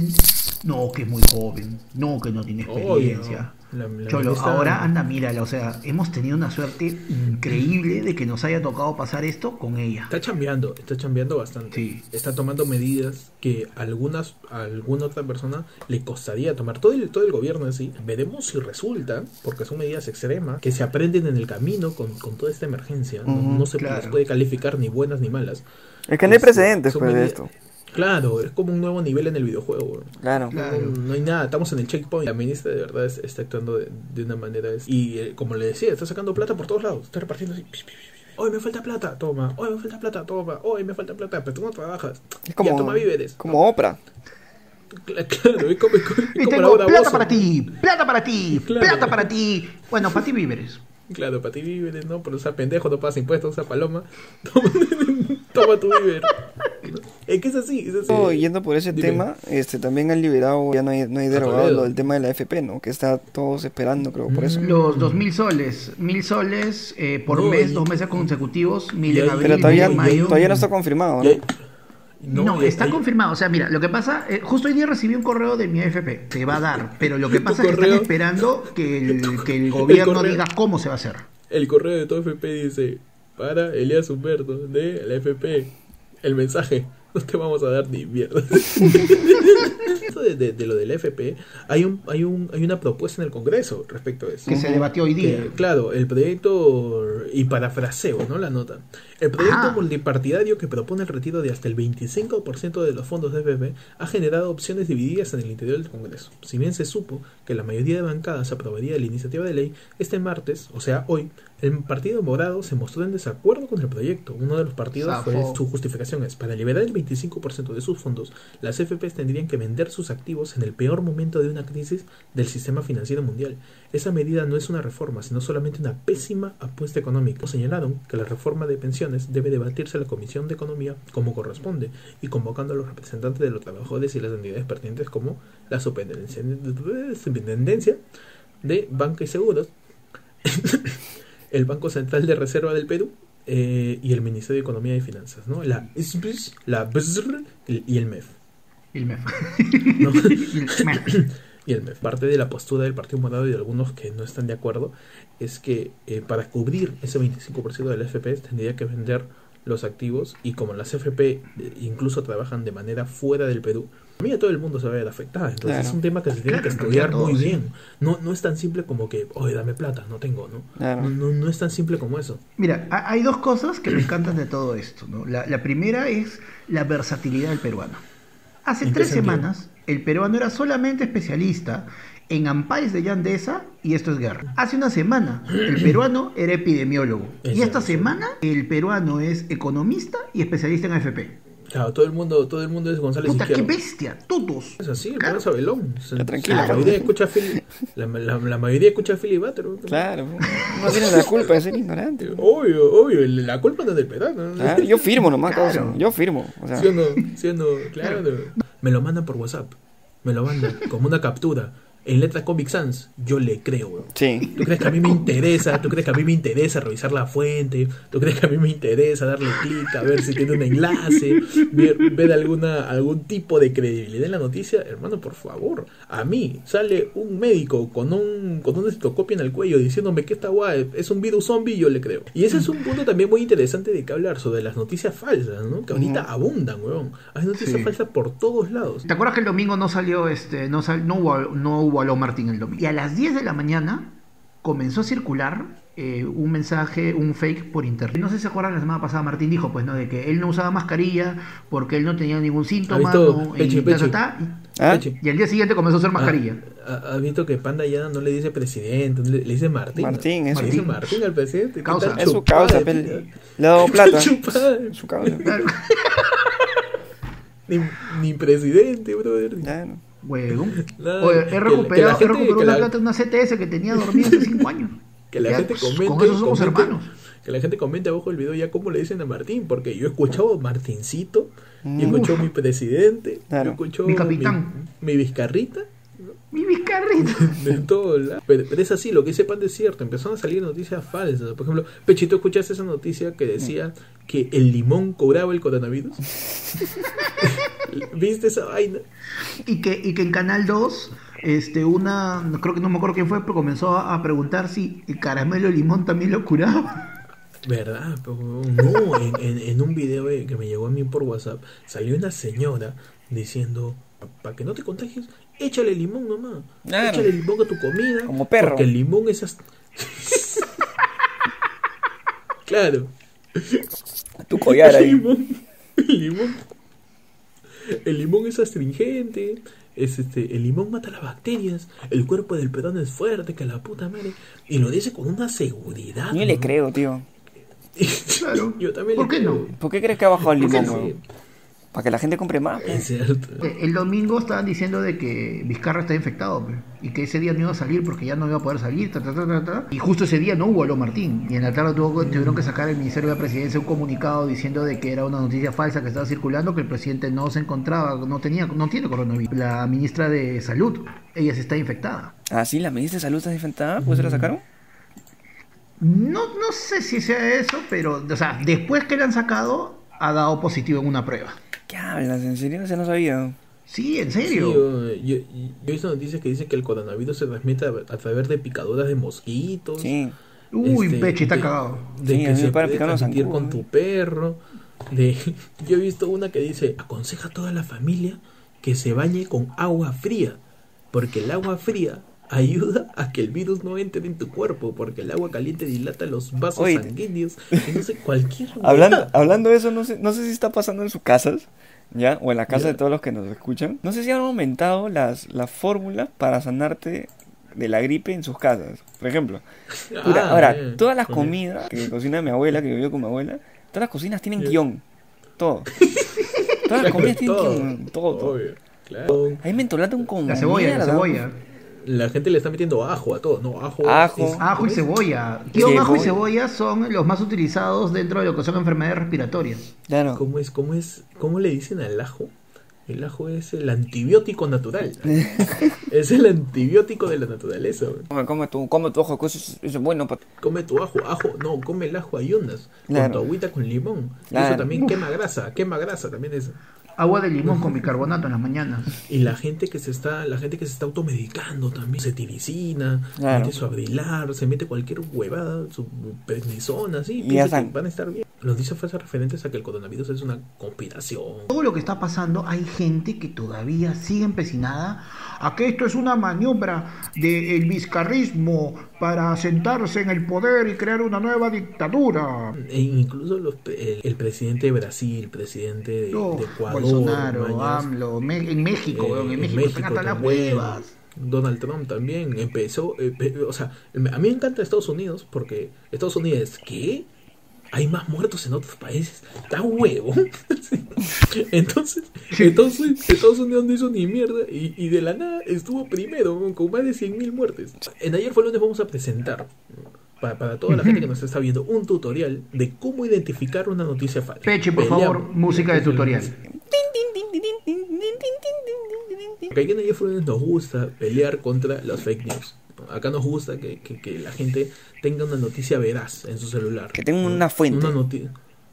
[SPEAKER 3] no, que es muy joven, no, que no tiene
[SPEAKER 2] Obvio.
[SPEAKER 3] experiencia?
[SPEAKER 2] La- la
[SPEAKER 3] Cholo,
[SPEAKER 2] ministra-
[SPEAKER 3] ahora anda, mírala, o sea, hemos tenido una suerte increíble de que nos haya tocado pasar esto con ella.
[SPEAKER 2] Está chambeando, está chambeando bastante.
[SPEAKER 3] Sí.
[SPEAKER 2] Está tomando medidas que algunas, a alguna otra persona le costaría tomar. Todo el, todo el gobierno en sí. Veremos si resulta, porque son medidas extremas, que se aprenden en el camino con, con toda esta emergencia. No- no,
[SPEAKER 1] Ujú,
[SPEAKER 2] se
[SPEAKER 3] claro.
[SPEAKER 2] las puede calificar ni buenas ni malas.
[SPEAKER 1] Es que no hay
[SPEAKER 2] Este,
[SPEAKER 1] precedentes
[SPEAKER 2] son
[SPEAKER 1] pues, de
[SPEAKER 2] medidas-
[SPEAKER 1] esto.
[SPEAKER 2] Claro, es como un nuevo nivel en el videojuego.
[SPEAKER 1] Claro.
[SPEAKER 3] Claro.
[SPEAKER 2] Mm, No, no hay nada, estamos en el checkpoint. La ministra de verdad es- está actuando de, de una manera. es- y eh, como le decía, está sacando plata por todos lados. Está repartiendo así. pi, pi, pi, pi. Hoy me falta plata, toma. Hoy me falta plata, toma. Hoy me falta plata, pero tú no trabajas.
[SPEAKER 1] Es como,
[SPEAKER 2] Ya toma víveres.
[SPEAKER 1] como Oprah.
[SPEAKER 2] Cla- Claro, es como, es como- es
[SPEAKER 3] Y
[SPEAKER 2] como
[SPEAKER 3] tengo
[SPEAKER 2] Laura
[SPEAKER 3] plata
[SPEAKER 2] Bozzo.
[SPEAKER 3] para ti, plata para ti,
[SPEAKER 2] Claro.
[SPEAKER 3] plata para ti. Bueno, para ti víveres.
[SPEAKER 2] Claro, para ti víveres, ¿no? Pero o sea, pendejo, no pagas impuestos, o sea, paloma. Toma, toma tu víver. Es que es así, es así.
[SPEAKER 1] Oh, yendo por ese
[SPEAKER 2] Dime. Ah,
[SPEAKER 1] tema, este también han liberado, ya no hay, no hay derogado
[SPEAKER 2] Toledo.
[SPEAKER 1] lo del tema de la FP, ¿no? Que está todos esperando, creo, por eso.
[SPEAKER 3] Los dos mil soles, mil soles eh, por
[SPEAKER 2] Mm. No,
[SPEAKER 3] mes,
[SPEAKER 2] y-
[SPEAKER 3] dos meses consecutivos, mil
[SPEAKER 2] y
[SPEAKER 3] en
[SPEAKER 2] ahí-
[SPEAKER 3] abril,
[SPEAKER 1] Pero todavía,
[SPEAKER 3] mil en mayo.
[SPEAKER 1] todavía no está confirmado,
[SPEAKER 2] Y
[SPEAKER 1] ¿no?
[SPEAKER 2] hay-
[SPEAKER 3] No,
[SPEAKER 2] y-
[SPEAKER 3] está
[SPEAKER 2] y-
[SPEAKER 3] confirmado. O sea, mira, lo que pasa, eh, justo hoy día recibí un correo de mi AFP, se va a dar, pero lo que pasa es que están
[SPEAKER 2] correo?
[SPEAKER 3] esperando que el, que el gobierno
[SPEAKER 2] correo?
[SPEAKER 3] diga cómo se va a hacer.
[SPEAKER 2] El correo de todo FP dice, para Elías Humberto de la FP, el mensaje, no te vamos a dar ni mierda. Esto de, de- de lo del FP, hay, un, hay, un, hay una propuesta en el Congreso respecto a eso.
[SPEAKER 3] Que se debatió hoy día.
[SPEAKER 2] Que, claro, el proyecto, y parafraseo, ¿no? La nota. El proyecto
[SPEAKER 3] Ajá.
[SPEAKER 2] multipartidario que propone el retiro de hasta el 25% de los fondos de FP ha generado opciones divididas en el interior del Congreso. Si bien se supo que la mayoría de bancadas aprobaría la iniciativa de ley, este martes, o sea, hoy, el Partido Morado se mostró en desacuerdo con el proyecto. Uno de los partidos
[SPEAKER 3] Zafó.
[SPEAKER 2] fue su justificación es, para liberar el 25% de sus fondos, las FPs tendrían que vender sus activos en el peor momento de una crisis del sistema financiero mundial. Esa medida no es una reforma, sino solamente una pésima apuesta económica. Señalaron que la reforma de pensiones debe debatirse en la Comisión de Economía como corresponde y convocando a los representantes de los trabajadores y las entidades pertinentes como la superintendencia- superintendencia de Banca y Seguros, el Banco Central de Reserva del Perú eh, y el Ministerio de Economía y Finanzas, ¿no? La ISBIS, la BSR y el E MEF.
[SPEAKER 3] Y el MEF.
[SPEAKER 2] ¿no?
[SPEAKER 3] Y el MEF.
[SPEAKER 2] y el MEF. Parte de la postura del Partido Morado y de algunos que no están de acuerdo es que eh, para cubrir ese 25% de las FP tendría que vender los activos y como las FP eh, incluso trabajan de manera fuera del Perú, a mí a todo el mundo se va a ver afectada. Entonces
[SPEAKER 1] Claro.
[SPEAKER 2] es un tema que se tiene
[SPEAKER 3] Claro,
[SPEAKER 2] que
[SPEAKER 3] en realidad
[SPEAKER 2] estudiar muy
[SPEAKER 3] todos, sí.
[SPEAKER 2] bien. No, no es tan simple como que, oye, dame plata, no tengo, ¿no?
[SPEAKER 1] Claro.
[SPEAKER 2] No, no, no es tan simple como eso.
[SPEAKER 3] Mira, ha- hay dos cosas que me encantan de todo esto. ¿no? La, la primera es la versatilidad del peruano. Hace
[SPEAKER 2] ¿En qué
[SPEAKER 3] tres
[SPEAKER 2] sentido?
[SPEAKER 3] semanas, el peruano era solamente especialista en ampais de Yandesa y esto es guerra. Hace una semana, el peruano era epidemiólogo.
[SPEAKER 2] Es
[SPEAKER 3] Y
[SPEAKER 2] cierto,
[SPEAKER 3] esta
[SPEAKER 2] sí.
[SPEAKER 3] semana, el peruano es economista y especialista en AFP.
[SPEAKER 2] Claro, todo el mundo, todo el mundo es González
[SPEAKER 3] Puta, qué
[SPEAKER 2] Izquierdo.
[SPEAKER 3] bestia, todos.
[SPEAKER 2] Es así, el
[SPEAKER 3] Claro.
[SPEAKER 2] claro. Sabelón. Se-
[SPEAKER 1] Ya, tranquilo,
[SPEAKER 2] La
[SPEAKER 1] Carlos.
[SPEAKER 2] mayoría escucha a Phil- la, la- la mayoría escucha a Philly Butter. ¿no?
[SPEAKER 1] Claro, no tienen la culpa de ser ignorante.
[SPEAKER 2] Obvio, obvio, el- la culpa no es del pedal. ¿no?
[SPEAKER 1] Claro, yo firmo nomás,
[SPEAKER 3] Claro.
[SPEAKER 1] causa, Yo firmo. O sea,
[SPEAKER 2] ¿Sí o no? ¿Sí o no? Claro. Me lo mandan por WhatsApp. Me lo mandan como una captura. en letra Comic Sans, yo le creo, weón.
[SPEAKER 1] Sí.
[SPEAKER 2] ¿Tú crees que a mí me interesa? ¿Tú crees que a mí me interesa revisar la fuente? ¿Tú crees que a mí me interesa darle clic a ver si tiene un enlace? Ver, ver alguna, algún tipo de credibilidad en la noticia. Hermano, por favor. A mí sale un médico con un con una cistocopia en el cuello diciéndome que esta guay es un virus zombie y yo le creo. Y ese es un punto también muy interesante de que hablar sobre las noticias falsas, ¿no? Que ahorita abundan, weón. Hay noticias
[SPEAKER 3] Sí.
[SPEAKER 2] falsas por todos lados.
[SPEAKER 3] ¿Te acuerdas que el domingo no salió este, no, sal- no hubo, no hubo Aló Martín el domingo? Y a las 10 de la mañana comenzó a circular eh, un mensaje, un fake por internet. No sé si se acuerdan la semana pasada Martín dijo, pues no, de que él no usaba mascarilla porque él no tenía ningún síntoma.
[SPEAKER 2] visto?
[SPEAKER 3] no,
[SPEAKER 2] Pechi,
[SPEAKER 3] y, ta, ta,
[SPEAKER 2] Pechi.
[SPEAKER 3] ta, y-
[SPEAKER 1] ¿Ah?
[SPEAKER 2] Peche.
[SPEAKER 3] y al día siguiente comenzó a usar mascarilla.
[SPEAKER 2] Ah, ¿Has visto que Panda ya no le dice presidente, le, le dice Martín? ¿no?
[SPEAKER 1] Martín, eso.
[SPEAKER 2] Le dice Martín al presidente. ¿qué
[SPEAKER 3] Causa.
[SPEAKER 2] tal
[SPEAKER 1] Es su
[SPEAKER 2] chupada
[SPEAKER 1] causa,
[SPEAKER 2] de
[SPEAKER 1] pe,
[SPEAKER 2] pinga?
[SPEAKER 1] le le ha dado plata.
[SPEAKER 2] Chupada de-
[SPEAKER 1] Su causa.
[SPEAKER 3] Claro.
[SPEAKER 2] Ni, ni presidente, brother.
[SPEAKER 1] Claro.
[SPEAKER 3] Huevón.
[SPEAKER 2] Nada,
[SPEAKER 3] Oye,
[SPEAKER 2] que la-
[SPEAKER 3] he
[SPEAKER 2] que la
[SPEAKER 3] recuperado, he
[SPEAKER 2] gente-
[SPEAKER 3] recuperado
[SPEAKER 2] que
[SPEAKER 3] una
[SPEAKER 2] la-
[SPEAKER 3] plata de una CTS que tenía dormida hace 5 años.
[SPEAKER 2] Que la
[SPEAKER 3] Ya,
[SPEAKER 2] gente
[SPEAKER 3] pues,
[SPEAKER 2] comente.
[SPEAKER 3] Con eso somos
[SPEAKER 2] comente-
[SPEAKER 3] hermanos.
[SPEAKER 2] Que la gente comente abajo del video ya cómo le dicen a Martín. Porque yo he escuchado Martincito,
[SPEAKER 1] Mm.
[SPEAKER 2] yo he escuchado mi presidente,
[SPEAKER 1] Claro.
[SPEAKER 2] yo he escuchado
[SPEAKER 3] Mi capitán.
[SPEAKER 2] mi, mi Vizcarrita.
[SPEAKER 3] Mi bizcarrito.
[SPEAKER 2] De todo lado. Pero, pero es así, lo que sepan de cierto. Empezaron a salir noticias falsas. Por ejemplo, Pechito, ¿escuchaste esa noticia que decía que el limón cobraba el coronavirus? ¿Viste esa vaina?
[SPEAKER 3] Y que, y que en Canal 2, este, una, no creo que no me acuerdo quién fue, pero comenzó a, a preguntar si el caramelo limón también lo curaba.
[SPEAKER 2] ¿Verdad? Pero, no, en, en- en un video eh, que me llegó a mí por WhatsApp, salió una señora diciendo, para que no te contagies, échale limón nomás.
[SPEAKER 1] Claro.
[SPEAKER 2] Échale limón a tu comida.
[SPEAKER 1] Como perro.
[SPEAKER 2] Porque el limón es... hasta- claro.
[SPEAKER 1] Tu collar
[SPEAKER 2] el
[SPEAKER 1] ahí.
[SPEAKER 2] limón, el limón. El limón es astringente. Es este, el limón mata las bacterias. El cuerpo del perón es fuerte, que la puta madre. Y lo dice con una seguridad.
[SPEAKER 1] Yo le
[SPEAKER 2] ¿no?
[SPEAKER 1] creo, tío.
[SPEAKER 3] Claro.
[SPEAKER 2] Yo también
[SPEAKER 3] ¿Por
[SPEAKER 2] le
[SPEAKER 3] qué
[SPEAKER 2] creo.
[SPEAKER 1] ¿Por qué crees que ha bajado el limón,
[SPEAKER 2] Sí,
[SPEAKER 1] weón? Para que la gente compre más.
[SPEAKER 2] Es cierto.
[SPEAKER 3] Eh, El domingo estaban diciendo de que Vizcarra está infectado pe, y que ese día no iba a salir porque ya no iba a poder salir. ta, ta, ta, ta, ta. Y justo ese día no hubo Aló Martín. Y en la tarde tuvo- tuvieron que sacar el Ministerio de la Presidencia un comunicado diciendo de que era una noticia falsa que estaba circulando, que el presidente no se encontraba, no tenía, no tiene coronavirus. La ministra de Salud, ella se está infectada.
[SPEAKER 1] Ah, sí, la ministra de salud está infectada. ¿Pues se la sacaron?
[SPEAKER 3] No, no sé si sea eso, pero, o sea, después que la han sacado, ha dado positivo en una prueba.
[SPEAKER 1] ¿Qué hablas? ¿En serio? Se no sabía.
[SPEAKER 3] Sí, en
[SPEAKER 2] Sí,
[SPEAKER 3] serio.
[SPEAKER 2] yo, yo, yo he visto noticias que dicen que el coronavirus se transmite a, a través de picaduras de mosquitos.
[SPEAKER 1] Sí.
[SPEAKER 3] Uy,
[SPEAKER 2] este,
[SPEAKER 3] Pechi está
[SPEAKER 2] de-
[SPEAKER 3] cagado.
[SPEAKER 2] De
[SPEAKER 1] Sí, a
[SPEAKER 2] que
[SPEAKER 1] mí me para
[SPEAKER 2] se puede
[SPEAKER 1] picar los
[SPEAKER 2] transmitir
[SPEAKER 1] zancudos,
[SPEAKER 2] con
[SPEAKER 1] ¿eh?
[SPEAKER 2] tu perro. De, yo he visto una que dice, aconseja a toda la familia que se bañe con agua fría, porque el agua fría ayuda a que el virus no entre en tu cuerpo, porque el agua caliente dilata los vasos
[SPEAKER 1] Oye,
[SPEAKER 2] sanguíneos. y no sé, cualquier...
[SPEAKER 1] Hablando, hablando de eso, no sé, no sé si está pasando en sus casas, ¿ya? O en la casa
[SPEAKER 2] Ya.
[SPEAKER 1] de todos los que nos escuchan. No sé si han aumentado las, las fórmulas para sanarte de la gripe en sus casas. Por ejemplo,
[SPEAKER 2] Ah,
[SPEAKER 1] puta, ahora,
[SPEAKER 2] man.
[SPEAKER 1] todas las
[SPEAKER 2] Ok.
[SPEAKER 1] comidas que cocina mi abuela, que yo vivo con mi abuela, todas las cocinas tienen
[SPEAKER 2] Ya.
[SPEAKER 1] guión. Todo. Todas las comidas tienen
[SPEAKER 2] Todo,
[SPEAKER 1] guión. Todo. todo.
[SPEAKER 2] obvio, claro.
[SPEAKER 1] Ahí me entolate un con
[SPEAKER 3] La cebolla,
[SPEAKER 1] mierda.
[SPEAKER 3] la cebolla.
[SPEAKER 2] La gente le está metiendo ajo a todo, ¿no? Ajo.
[SPEAKER 1] Ajo.
[SPEAKER 2] es-
[SPEAKER 3] Ajo y
[SPEAKER 2] es-
[SPEAKER 3] Ah, cebolla. Guión ajo y
[SPEAKER 1] Cebolla.
[SPEAKER 3] cebolla son los más utilizados dentro de lo que son enfermedades respiratorias.
[SPEAKER 1] Claro.
[SPEAKER 2] ¿Cómo es? ¿Cómo es? ¿Cómo le dicen al ajo? El ajo es el antibiótico natural. es el antibiótico de la naturaleza. güey.
[SPEAKER 1] Come, come tu, come tu ojo, que eso, es- eso es bueno. pa-
[SPEAKER 2] Come tu ajo, ajo, no, come el ajo ayunas, con
[SPEAKER 1] Claro.
[SPEAKER 2] tu agüita con limón. Eso
[SPEAKER 1] Claro.
[SPEAKER 2] también quema grasa, quema grasa también eso.
[SPEAKER 3] Agua de limón con bicarbonato en las mañanas.
[SPEAKER 2] Y la gente que se está, la gente que se está automedicando también, se tiricina,
[SPEAKER 1] Claro.
[SPEAKER 2] mete su abrilar, se mete cualquier huevada, su prednisona, así,
[SPEAKER 1] Y ya
[SPEAKER 2] piensa que
[SPEAKER 1] están.
[SPEAKER 2] van a estar bien. Los dice falsas referentes a que el coronavirus es una conspiración.
[SPEAKER 3] Todo lo que está pasando, hay gente que todavía sigue empecinada a que esto es una maniobra del vizcarrismo para sentarse en el poder y crear una nueva dictadura.
[SPEAKER 2] E incluso los, el, el presidente de Brasil, presidente de,
[SPEAKER 3] No,
[SPEAKER 2] de Ecuador,
[SPEAKER 3] Bolsonaro,
[SPEAKER 2] Mañas,
[SPEAKER 3] AMLO, Me- en México,
[SPEAKER 2] eh,
[SPEAKER 3] weón, en
[SPEAKER 2] en
[SPEAKER 3] México, están
[SPEAKER 2] México
[SPEAKER 3] hasta las
[SPEAKER 2] también,
[SPEAKER 3] huevas.
[SPEAKER 2] Donald Trump también empezó, eh, pe- o sea, a mí me encanta Estados Unidos porque Estados Unidos, ¿qué? Hay más muertos en otros países, está huevo. entonces, entonces, Estados Unidos no hizo ni mierda y, y de la nada estuvo primero con más de 100.000 muertes. En ayer fue lunes vamos a presentar para, para toda la gente que nos está viendo un tutorial de cómo identificar una noticia falsa.
[SPEAKER 3] Peche, por
[SPEAKER 2] Peleamos.
[SPEAKER 3] favor, música de tutorial.
[SPEAKER 2] Porque aquí en el Jeffrey nos gusta pelear contra las fake news. Acá nos gusta que, que- que la gente tenga una noticia veraz en su celular.
[SPEAKER 1] Que tenga
[SPEAKER 2] ¿no?
[SPEAKER 1] una fuente.
[SPEAKER 2] Una noti-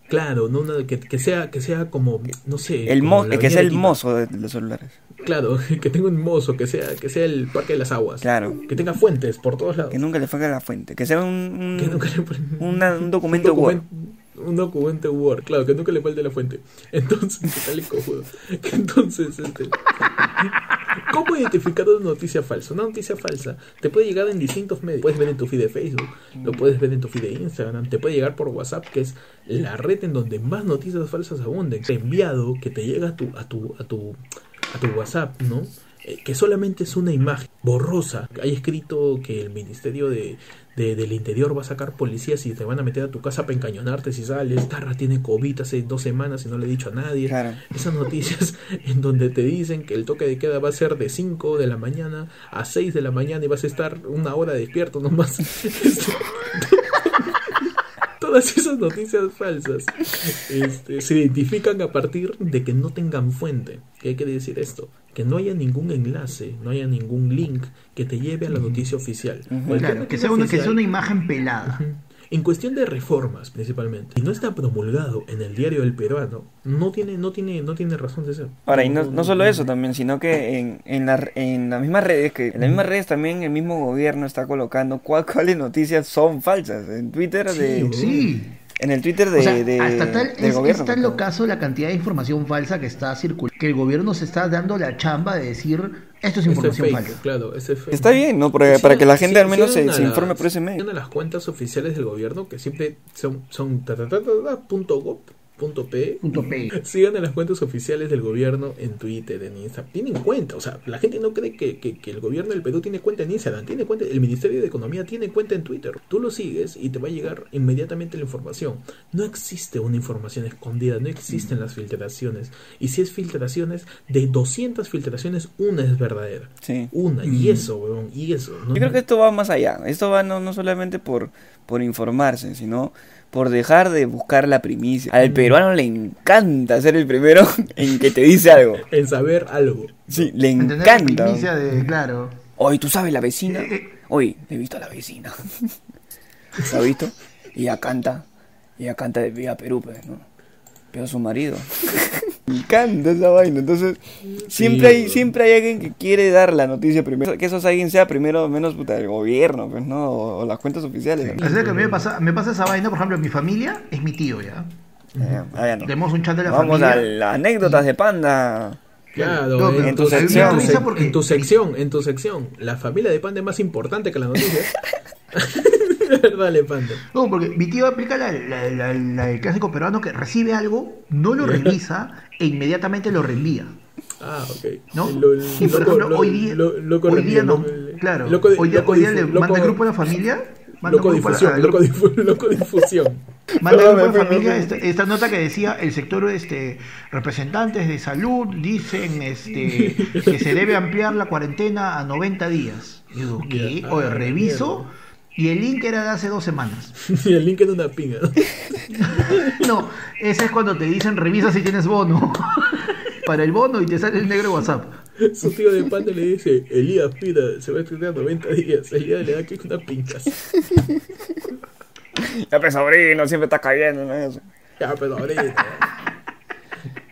[SPEAKER 2] claro, no una, que, que sea, que sea como, no
[SPEAKER 3] Eh,
[SPEAKER 2] sé.
[SPEAKER 1] El
[SPEAKER 2] como
[SPEAKER 1] mo-
[SPEAKER 2] la
[SPEAKER 1] que sea
[SPEAKER 2] avenida
[SPEAKER 1] el
[SPEAKER 2] Quito.
[SPEAKER 1] mozo de los celulares.
[SPEAKER 2] Claro, que tenga un mozo, que sea, que sea el Parque de las Aguas.
[SPEAKER 1] Claro.
[SPEAKER 2] Que tenga fuentes por todos lados.
[SPEAKER 1] Que nunca le faga la fuente. Que sea un, un-
[SPEAKER 2] Que nunca le ponen-
[SPEAKER 1] una- un documento Word.
[SPEAKER 2] documen- Un documento Word, claro, que nunca le falte la fuente. Entonces, ¿qué tal el cojudo? Que Entonces, este, ¿cómo identificar una noticia falsa? Una noticia falsa te puede llegar en distintos medios. Puedes ver en tu feed de Facebook, lo puedes ver en tu feed de Instagram, te puede llegar por WhatsApp, que es la red en donde más noticias falsas abunden. Te enviado que te llega a tu, a tu, a tu, a tu WhatsApp, ¿no? Eh, que solamente es una imagen borrosa. Hay escrito que el Ministerio de, de- del Interior va a sacar policías y te van a meter a tu casa para encañonarte si sales. Tarra tiene COVID hace dos semanas y no le he dicho a nadie.
[SPEAKER 1] Claro.
[SPEAKER 2] Esas noticias en donde te dicen que el toque de queda va a ser de 5 de la mañana a 6 de la mañana y vas a estar una hora despierto nomás. Este, Todas esas noticias falsas este, se identifican a partir de que no tengan fuente. ¿Qué quiere decir esto? Que no haya ningún enlace, no haya ningún link que te lleve a la noticia oficial. Cualquier
[SPEAKER 3] Claro, que
[SPEAKER 2] noticia
[SPEAKER 3] sea, una, que sea
[SPEAKER 2] oficial-
[SPEAKER 3] una imagen pelada.
[SPEAKER 2] en cuestión de reformas, principalmente, si no está promulgado en el diario del peruano, no tiene, no tiene, no tiene razón de ser.
[SPEAKER 1] Ahora, y no, no solo
[SPEAKER 3] Mm.
[SPEAKER 1] eso también, sino que en, en, la, en las mismas redes, que en las mismas redes también el mismo gobierno está colocando cuál- cuáles noticias son falsas. En Twitter de.
[SPEAKER 3] Sí.
[SPEAKER 1] En el Twitter de,
[SPEAKER 3] O sea,
[SPEAKER 1] de-
[SPEAKER 3] hasta tal
[SPEAKER 1] del
[SPEAKER 3] es,
[SPEAKER 1] gobierno.
[SPEAKER 3] es tan locazo la cantidad de información falsa que está circulando, que el gobierno se está dando la chamba de decir esto es
[SPEAKER 2] Este
[SPEAKER 3] información
[SPEAKER 2] fake,
[SPEAKER 3] falsa.
[SPEAKER 2] claro, ese fake.
[SPEAKER 1] Está bien, ¿no? Para, para que la gente al menos se,
[SPEAKER 2] Cierran
[SPEAKER 1] se
[SPEAKER 2] a
[SPEAKER 1] informe
[SPEAKER 2] las-
[SPEAKER 1] por ese medio.
[SPEAKER 2] cierran a las cuentas oficiales del gobierno que siempre son, son ta, ta, ta, ta, ta, punto gov, punto pe.
[SPEAKER 3] Punto P.
[SPEAKER 2] Sigan a las cuentas oficiales del gobierno en Twitter, en Instagram. Tienen cuenta, o sea, la gente no cree que, que- que el gobierno del Perú tiene cuenta en Instagram, tiene cuenta, el Ministerio de Economía tiene cuenta en Twitter. Tú lo sigues y te va a llegar inmediatamente la información. No existe una información escondida, no existen las filtraciones. Y si es filtraciones, de 200 filtraciones, una es verdadera.
[SPEAKER 1] Sí.
[SPEAKER 2] Una, y eso, weón, y eso. ¿no?
[SPEAKER 1] Yo creo que esto va más allá. Esto va no, no solamente por, por informarse, sino por dejar de buscar la primicia. Al peruano le encanta ser el primero en que te dice algo.
[SPEAKER 2] En saber algo.
[SPEAKER 1] Sí, le
[SPEAKER 3] Entender la
[SPEAKER 1] encanta.
[SPEAKER 3] primicia de, claro.
[SPEAKER 1] Oye, ¿tú sabes la vecina?
[SPEAKER 3] Eh, eh.
[SPEAKER 1] Oye, he visto a la vecina. ¿La has visto? Y ella canta. Y ella canta de Viva Perú, pues, ¿no? Pero su marido. Me encanta esa vaina. Entonces, siempre hay,
[SPEAKER 2] weón.
[SPEAKER 1] siempre hay alguien que quiere dar la noticia primero. Que eso alguien sea primero, menos puta, el gobierno, pues, ¿no? O, o las cuentas oficiales. ¿no?
[SPEAKER 3] O sea, que a mí me pasa, me pasa esa vaina, por ejemplo, mi familia es mi tío, ¿ya?
[SPEAKER 1] Eh, ah, ya no.
[SPEAKER 3] Tenemos un chat de la
[SPEAKER 1] Vamos
[SPEAKER 3] familia.
[SPEAKER 1] a las anécdotas de panda.
[SPEAKER 2] Claro,
[SPEAKER 3] No,
[SPEAKER 2] en,
[SPEAKER 3] pero
[SPEAKER 2] tu
[SPEAKER 1] a mí me da
[SPEAKER 2] sección,
[SPEAKER 1] risa
[SPEAKER 2] en-
[SPEAKER 3] porque-
[SPEAKER 2] en tu sección, en tu sección, la familia de Panda es más importante que la noticia. Dale, Panda.
[SPEAKER 3] No, porque mi tío aplica la, la- la- la del clásico peruano que recibe algo, no lo revisa e inmediatamente lo reenvía.
[SPEAKER 2] Ah, ok.
[SPEAKER 3] ¿No?
[SPEAKER 2] Lo-
[SPEAKER 3] y por
[SPEAKER 2] loco-
[SPEAKER 3] ejemplo,
[SPEAKER 2] lo-
[SPEAKER 3] hoy día,
[SPEAKER 2] lo- loco
[SPEAKER 3] hoy
[SPEAKER 2] reenvía,
[SPEAKER 3] día no.
[SPEAKER 2] loco- eh,
[SPEAKER 3] Claro,
[SPEAKER 2] loco de-
[SPEAKER 3] hoy día,
[SPEAKER 2] loco
[SPEAKER 3] hoy día
[SPEAKER 2] difu-
[SPEAKER 3] le
[SPEAKER 2] loco-
[SPEAKER 3] manda el grupo a la familia. Manda
[SPEAKER 2] Loco
[SPEAKER 3] el grupo a la-
[SPEAKER 2] difusión,
[SPEAKER 3] al
[SPEAKER 2] loco,
[SPEAKER 3] grupo-
[SPEAKER 2] difu- loco difusión.
[SPEAKER 3] Manda
[SPEAKER 2] Perdón,
[SPEAKER 3] el grupo de
[SPEAKER 2] me fui, me
[SPEAKER 3] familia
[SPEAKER 2] fui.
[SPEAKER 3] este- esta nota que decía el sector este representantes de salud dicen este que se debe ampliar la cuarentena a 90 días. Y digo, ¿qué?
[SPEAKER 2] Ya,
[SPEAKER 3] Oye,
[SPEAKER 2] ah,
[SPEAKER 3] reviso y el link era de hace dos semanas.
[SPEAKER 2] Y el link era una pinga. ¿no?
[SPEAKER 3] No, ese es cuando te dicen revisa si tienes bono. Para el bono y te sale el negro de WhatsApp.
[SPEAKER 2] Su tío de Panda le dice, Elías, mira, se va a estrenar 90 días. Elías le da clic una pinga.
[SPEAKER 1] Ya, pues, sobrino, siempre está cayendo, ¿no? Eso.
[SPEAKER 2] Ya, pero ahorita.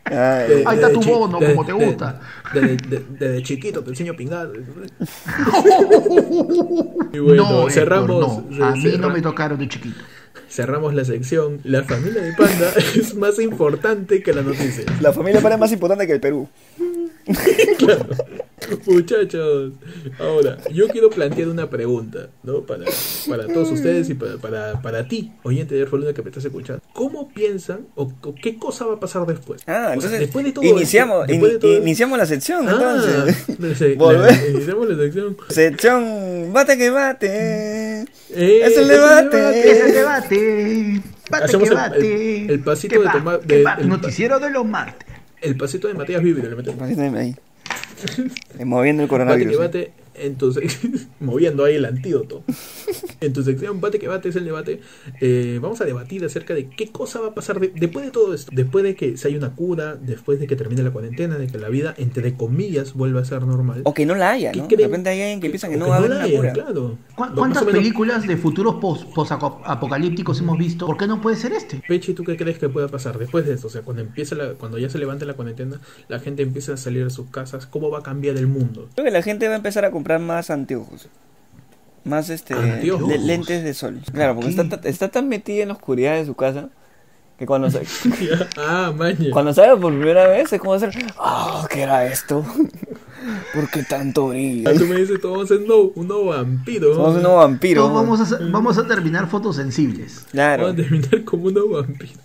[SPEAKER 1] Ay,
[SPEAKER 2] De-
[SPEAKER 3] Ahí está
[SPEAKER 2] desde
[SPEAKER 3] tu
[SPEAKER 2] chi-
[SPEAKER 3] bono,
[SPEAKER 2] de-
[SPEAKER 3] como te
[SPEAKER 2] de-
[SPEAKER 3] gusta.
[SPEAKER 2] de- de- Desde chiquito te enseño a pingar. Y bueno,
[SPEAKER 3] No, Héctor,
[SPEAKER 2] cerramos. eh,
[SPEAKER 3] no. A mí
[SPEAKER 2] cerra-
[SPEAKER 3] no me tocaron de chiquito.
[SPEAKER 2] cerramos la sección. La familia de Panda es más importante que la noticia.
[SPEAKER 1] La familia para es más importante que el Perú.
[SPEAKER 2] Muchachos, ahora yo quiero plantear una pregunta, ¿no? Para, para todos ustedes y para, para, para ti, oyente de Luna que me estás escuchando. ¿Cómo piensan o, o qué cosa va a pasar después? O
[SPEAKER 1] Ah,
[SPEAKER 2] sea,
[SPEAKER 1] entonces
[SPEAKER 2] después de todo
[SPEAKER 1] iniciamos,
[SPEAKER 2] esto- después
[SPEAKER 1] ini-
[SPEAKER 2] de todo-
[SPEAKER 1] iniciamos la sección,
[SPEAKER 2] Ah,
[SPEAKER 1] entonces.
[SPEAKER 2] sí,
[SPEAKER 1] Volver.
[SPEAKER 2] la- eh. iniciamos la sección.
[SPEAKER 1] Sección, bate que bate.
[SPEAKER 2] Eh,
[SPEAKER 1] es el
[SPEAKER 3] Es el
[SPEAKER 1] debate.
[SPEAKER 3] debate. Bate
[SPEAKER 2] Hacemos
[SPEAKER 3] que
[SPEAKER 2] el-
[SPEAKER 3] bate.
[SPEAKER 2] el- el pasito
[SPEAKER 3] Que
[SPEAKER 2] de
[SPEAKER 3] va,
[SPEAKER 2] toma-
[SPEAKER 3] que
[SPEAKER 2] de-
[SPEAKER 3] va.
[SPEAKER 2] el-
[SPEAKER 3] Noticiero de los martes.
[SPEAKER 2] El pasito de Matías Vivi, le metemos.
[SPEAKER 1] Ahí, ahí. Eh, Moviendo el
[SPEAKER 2] Bate que
[SPEAKER 1] coronavirus.
[SPEAKER 2] bate, en tu sec- moviendo ahí el antídoto. En tu sección Bate que Bate es el debate. eh, vamos a debatir acerca de qué cosa va a pasar de- después de todo esto. Después de que se haya una cura, después de que termine la cuarentena, de que la vida, entre comillas, vuelva a ser normal.
[SPEAKER 1] O que no la haya,
[SPEAKER 2] ¿Qué
[SPEAKER 1] ¿no? De
[SPEAKER 2] creen?
[SPEAKER 1] repente hay alguien que piensa que
[SPEAKER 2] O
[SPEAKER 1] no va a haber
[SPEAKER 2] la
[SPEAKER 1] una
[SPEAKER 2] haya,
[SPEAKER 1] cura.
[SPEAKER 2] claro.
[SPEAKER 3] ¿Cu-
[SPEAKER 2] Más
[SPEAKER 3] ¿Cuántas
[SPEAKER 2] o menos,
[SPEAKER 3] películas de futuros pos- posapocalípticos hemos visto? ¿Por qué no puede ser este?
[SPEAKER 2] Pechi, ¿tú qué crees que pueda pasar después de esto? O sea, cuando empieza la- cuando ya se levante la cuarentena, la gente empieza a salir de sus casas, ¿cómo va a cambiar el mundo?
[SPEAKER 1] Creo que la gente va a empezar a comprar más anteojos. Más este
[SPEAKER 2] Anteojos.
[SPEAKER 1] le- lentes de sol. Claro, porque
[SPEAKER 3] ¿Qué?
[SPEAKER 1] está, ta- está tan metida en la oscuridad de su casa que cuando, sa-
[SPEAKER 2] ah, maña.
[SPEAKER 1] cuando salga por primera vez es como hacer, ah, ¿qué era esto? ¿Por qué tanto brillo?
[SPEAKER 2] Ah, Tú me dices, tú vamos a ser no, un nuevo vampiro.
[SPEAKER 1] Somos unos vampiros.
[SPEAKER 3] No, vamos, a, ser- vamos a terminar fotosensibles.
[SPEAKER 1] Claro,
[SPEAKER 2] Vamos a terminar como unos vampiros.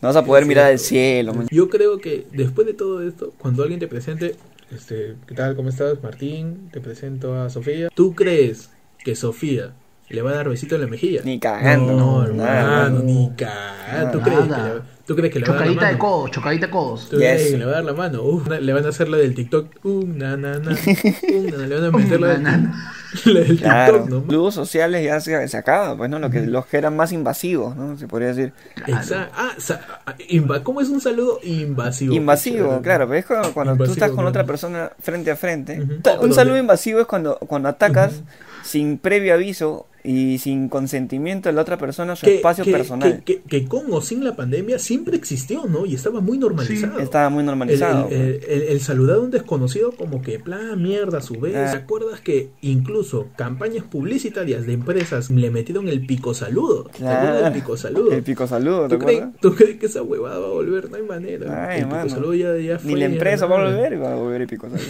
[SPEAKER 1] no vas a poder mirar al cielo. man.
[SPEAKER 2] Yo creo que después de todo esto, cuando alguien te presente, este, ¿qué tal? ¿Cómo estás? Martín, te presento a Sofía. ¿Tú crees que Sofía le va a dar besito en la mejilla?
[SPEAKER 1] Ni cagando,
[SPEAKER 2] No,
[SPEAKER 1] no,
[SPEAKER 2] hermano,
[SPEAKER 1] nada, no.
[SPEAKER 2] ni cagando. ¿Tú
[SPEAKER 3] Nada.
[SPEAKER 2] crees, que le, va- ¿Tú crees que le va a dar la
[SPEAKER 3] Chocadita de
[SPEAKER 2] mano?
[SPEAKER 3] codos, chocadita de codos.
[SPEAKER 2] ¿Tú crees
[SPEAKER 1] Yes.
[SPEAKER 2] que le va a dar la mano? Uf, le van a hacer la del TikTok. Uh, na, na, na. Uh, na, na. Le van a meter la del,
[SPEAKER 3] Na,
[SPEAKER 2] la del
[SPEAKER 1] Claro,
[SPEAKER 2] TikTok, ¿no?
[SPEAKER 1] los clubes sociales ya se, se acaban, pues, ¿no? Los que, los que eran más invasivos, ¿no? Se podría decir.
[SPEAKER 2] Exa- Ah, sa- ah, inva- ¿Cómo es un saludo invasivo?
[SPEAKER 1] Invasivo, claro, pero es cuando, cuando tú
[SPEAKER 2] Invasivo,
[SPEAKER 1] estás con
[SPEAKER 2] claro.
[SPEAKER 1] otra persona frente a frente.
[SPEAKER 2] Ujú.
[SPEAKER 1] Ta-
[SPEAKER 2] Pero
[SPEAKER 1] Un saludo
[SPEAKER 2] de-
[SPEAKER 1] invasivo es cuando, cuando atacas sin previo aviso y sin consentimiento de la otra persona su
[SPEAKER 2] Que-
[SPEAKER 1] espacio
[SPEAKER 2] que-
[SPEAKER 1] personal.
[SPEAKER 2] Que, que- que con o sin la pandemia siempre existió, ¿no? Y estaba muy normalizado.
[SPEAKER 1] Estaba muy
[SPEAKER 2] El,
[SPEAKER 1] normalizado. pues.
[SPEAKER 2] el- el- el- el saludar a un desconocido como que plan mierda a su vez.
[SPEAKER 1] Ah.
[SPEAKER 2] ¿Te acuerdas que incluso campañas publicitarias de empresas le metieron el pico saludo? ¿Te
[SPEAKER 1] Claro.
[SPEAKER 2] acuerdas del pico saludo?
[SPEAKER 1] El pico saludo, ¿te
[SPEAKER 2] ¿Tú, crees,
[SPEAKER 1] acuerdas?
[SPEAKER 2] tú crees que esa huevada va a volver? No hay manera.
[SPEAKER 1] Ay,
[SPEAKER 2] el pico
[SPEAKER 1] mano.
[SPEAKER 2] saludo ya, ya fue.
[SPEAKER 1] Ni la
[SPEAKER 2] ya
[SPEAKER 1] empresa va a
[SPEAKER 2] nada.
[SPEAKER 1] volver y va a volver el pico saludo.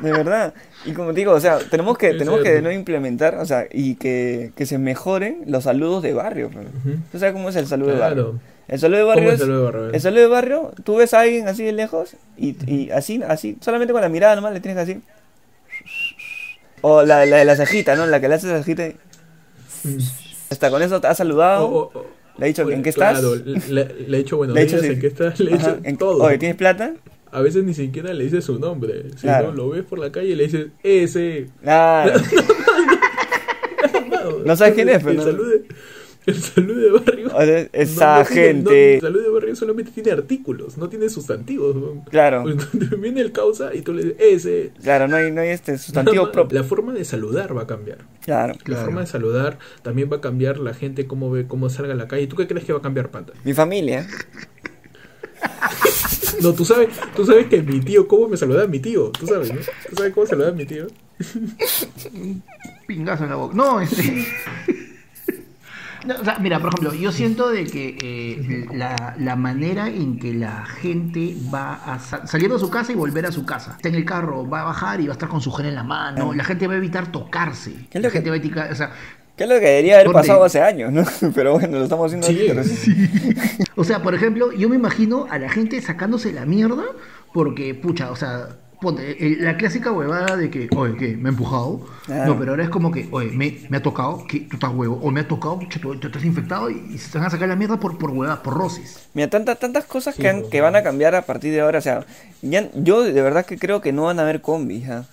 [SPEAKER 1] De verdad. Y como te digo, o sea, tenemos que,
[SPEAKER 2] Es
[SPEAKER 1] tenemos que
[SPEAKER 2] cierto.
[SPEAKER 1] de nuevo implementar, o sea, y que, que se mejoren los saludos de barrio. pues. ¿Tú sabes cómo es el saludo de
[SPEAKER 2] Claro.
[SPEAKER 1] barrio? El saludo de
[SPEAKER 2] ¿Cómo
[SPEAKER 1] barrio
[SPEAKER 2] es
[SPEAKER 1] es-
[SPEAKER 2] el saludo de barrio?
[SPEAKER 1] el saludo de barrio, tú ves a alguien así de lejos y, y así, así, solamente con la mirada nomás le tienes que así. O la, la de la cejita, ¿no? La que le hace cejita. y- Hasta con eso te has saludado.
[SPEAKER 2] Mm. O- o- o-
[SPEAKER 1] le he dicho,
[SPEAKER 2] Oye,
[SPEAKER 1] ¿en qué
[SPEAKER 2] claro,
[SPEAKER 1] estás?
[SPEAKER 2] le, le he hecho buenos
[SPEAKER 1] Le he
[SPEAKER 2] días,
[SPEAKER 1] hecho así.
[SPEAKER 2] ¿en qué estás? Le he
[SPEAKER 1] Ajá,
[SPEAKER 2] hecho
[SPEAKER 1] en-
[SPEAKER 2] todo.
[SPEAKER 1] Oye, ¿tienes plata?
[SPEAKER 2] A veces ni siquiera le dices su nombre. Si
[SPEAKER 1] Claro.
[SPEAKER 2] no, lo ves por la calle y le dices, ese.
[SPEAKER 1] Claro. No sabes quién es, pero
[SPEAKER 2] El
[SPEAKER 1] no-
[SPEAKER 2] saludo de- el saludo de barrio.
[SPEAKER 1] O sea, esa
[SPEAKER 2] no- no tiene- no-
[SPEAKER 1] gente.
[SPEAKER 2] el saludo de barrio solamente tiene artículos, no tiene sustantivos. ¿no?
[SPEAKER 1] Claro.
[SPEAKER 2] Entonces, Viene el causa y tú le dices, ese.
[SPEAKER 1] Claro, no hay, no hay este sustantivo
[SPEAKER 2] Nada más,
[SPEAKER 1] propio.
[SPEAKER 2] La forma de saludar va a cambiar.
[SPEAKER 1] Claro.
[SPEAKER 2] La
[SPEAKER 3] Claro.
[SPEAKER 2] forma de saludar también va a cambiar la gente, cómo ve, cómo salga a la calle. ¿Tú qué crees que va a cambiar, Panda?
[SPEAKER 1] Mi familia.
[SPEAKER 2] No, tú sabes, tú sabes que mi tío, cómo me saludaba mi tío, tú sabes, ¿no? Tú sabes cómo saludaba mi tío.
[SPEAKER 3] Pingazo en la boca. No, este. No, o sea, mira, por ejemplo, yo siento de que eh, la, la manera en que la gente va a sa- salir de su casa y volver a su casa. Está en el carro, va a bajar y va a estar con su gel en la mano. La gente va a evitar tocarse.
[SPEAKER 1] ¿Qué es lo
[SPEAKER 3] La
[SPEAKER 1] que-
[SPEAKER 3] gente va a evitar, o sea,
[SPEAKER 1] Que es lo que debería haber
[SPEAKER 3] Ponte.
[SPEAKER 1] pasado hace años, ¿no? Pero bueno, lo estamos haciendo
[SPEAKER 2] Sí,
[SPEAKER 1] ahorita, recién.
[SPEAKER 3] O sea, por ejemplo, yo me imagino a la gente sacándose la mierda porque, pucha, o sea, ponte, eh, la clásica huevada de que, oye, ¿qué? ¿Me ha empujado?
[SPEAKER 1] Claro.
[SPEAKER 3] No, pero ahora es como que, oye, me, me ha tocado, que tú estás huevo, o me ha tocado, pucha, tú, tú estás infectado y, y se van a sacar la mierda por, por huevadas, por roces.
[SPEAKER 1] Mira, tantas, tantas cosas
[SPEAKER 2] Sí,
[SPEAKER 1] que, han-
[SPEAKER 2] pues.
[SPEAKER 1] que van a cambiar a partir de ahora. O sea, ya- yo de verdad que creo que no van a haber combis. ¿ah?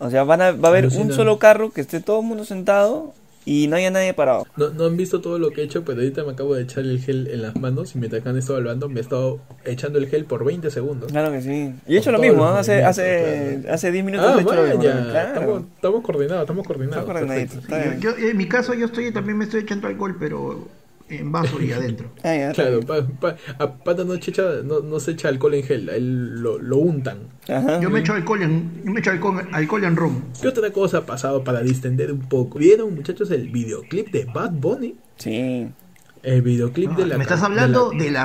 [SPEAKER 1] O sea, van a, va a haber un
[SPEAKER 2] Alucinante.
[SPEAKER 1] solo carro que esté todo el mundo sentado y no haya nadie parado.
[SPEAKER 2] No, no han visto todo lo que he hecho, pero ahorita me acabo de echar el gel en las manos y mientras que han estado hablando me he estado echando el gel por 20 segundos.
[SPEAKER 1] Claro que sí. Y he hecho lo
[SPEAKER 2] Con todos
[SPEAKER 1] mismo,
[SPEAKER 2] los
[SPEAKER 1] ¿ah? hace,
[SPEAKER 2] movimientos,
[SPEAKER 1] hace,
[SPEAKER 2] claro.
[SPEAKER 1] hace 10 minutos
[SPEAKER 2] Ah,
[SPEAKER 1] he hecho lo
[SPEAKER 2] vaya,
[SPEAKER 1] mismo. Claro.
[SPEAKER 2] estamos, estamos coordinados, estamos coordinados.
[SPEAKER 1] Está coordinadito,
[SPEAKER 2] perfecto.
[SPEAKER 1] está
[SPEAKER 3] Yo-
[SPEAKER 1] bien.
[SPEAKER 3] yo, en mi caso, yo estoy también me estoy echando alcohol, pero en vaso y adentro.
[SPEAKER 1] Ah, ya, está
[SPEAKER 2] Claro,
[SPEAKER 1] bien.
[SPEAKER 2] pa, pa- a Pata no, se echa- no, no se echa alcohol en gel, a él lo, lo untan.
[SPEAKER 1] Ajá.
[SPEAKER 3] Yo me echo alcohol en, yo me echo alcohol, alcohol en rum.
[SPEAKER 2] ¿Qué otra cosa ha pasado para distender un poco? ¿Vieron, muchachos, el videoclip de Bad Bunny?
[SPEAKER 1] Sí.
[SPEAKER 2] El videoclip de la...
[SPEAKER 3] ¿Me estás
[SPEAKER 2] can- de la-
[SPEAKER 3] hablando de la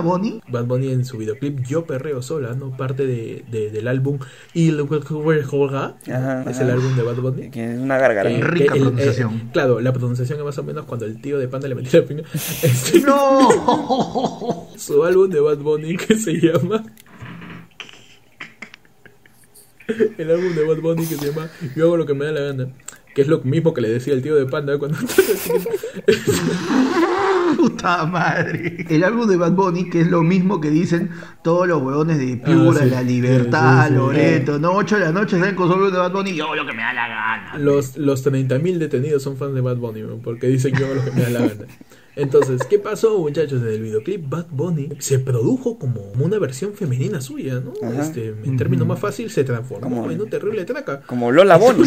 [SPEAKER 3] Boni?
[SPEAKER 2] Bad Bunny en su videoclip Yo Perreo Sola, ¿no? Parte de, de- del álbum Y lo que juega,
[SPEAKER 1] Ajá,
[SPEAKER 2] es
[SPEAKER 1] ajá.
[SPEAKER 2] el álbum de Bad Bunny.
[SPEAKER 1] Que es una gárgara.
[SPEAKER 2] Eh,
[SPEAKER 3] rica
[SPEAKER 2] el- eh,
[SPEAKER 3] pronunciación.
[SPEAKER 2] claro, la pronunciación es más o menos cuando el tío de Panda le metió la pinga. Este,
[SPEAKER 3] ¡No!
[SPEAKER 2] Su álbum de Bad Bunny que se llama. El álbum de Bad Bunny que se llama Yo hago lo que me da la gana. Que es lo mismo que le decía el tío de Panda cuando estaba chiquito.
[SPEAKER 3] Puta madre. El álbum de Bad Bunny, que es lo mismo que dicen todos los huevones de Piura,
[SPEAKER 2] Ah, sí.
[SPEAKER 3] La Libertad,
[SPEAKER 2] Sí, sí, sí.
[SPEAKER 3] Loreto, ¿no? 8 de la noche salen con solo de Bad Bunny y yo lo que me da la gana.
[SPEAKER 2] Los, los 30.000 detenidos son fans de Bad Bunny, weón, porque dicen yo hago lo que me da la gana. Entonces, ¿qué pasó, muchachos? En el videoclip Bad Bunny se produjo como una versión femenina suya, ¿no?
[SPEAKER 1] Ajá.
[SPEAKER 2] Este, en término más fácil, se transformó
[SPEAKER 1] Como-
[SPEAKER 2] en un terrible traca.
[SPEAKER 1] Como Lola Bon.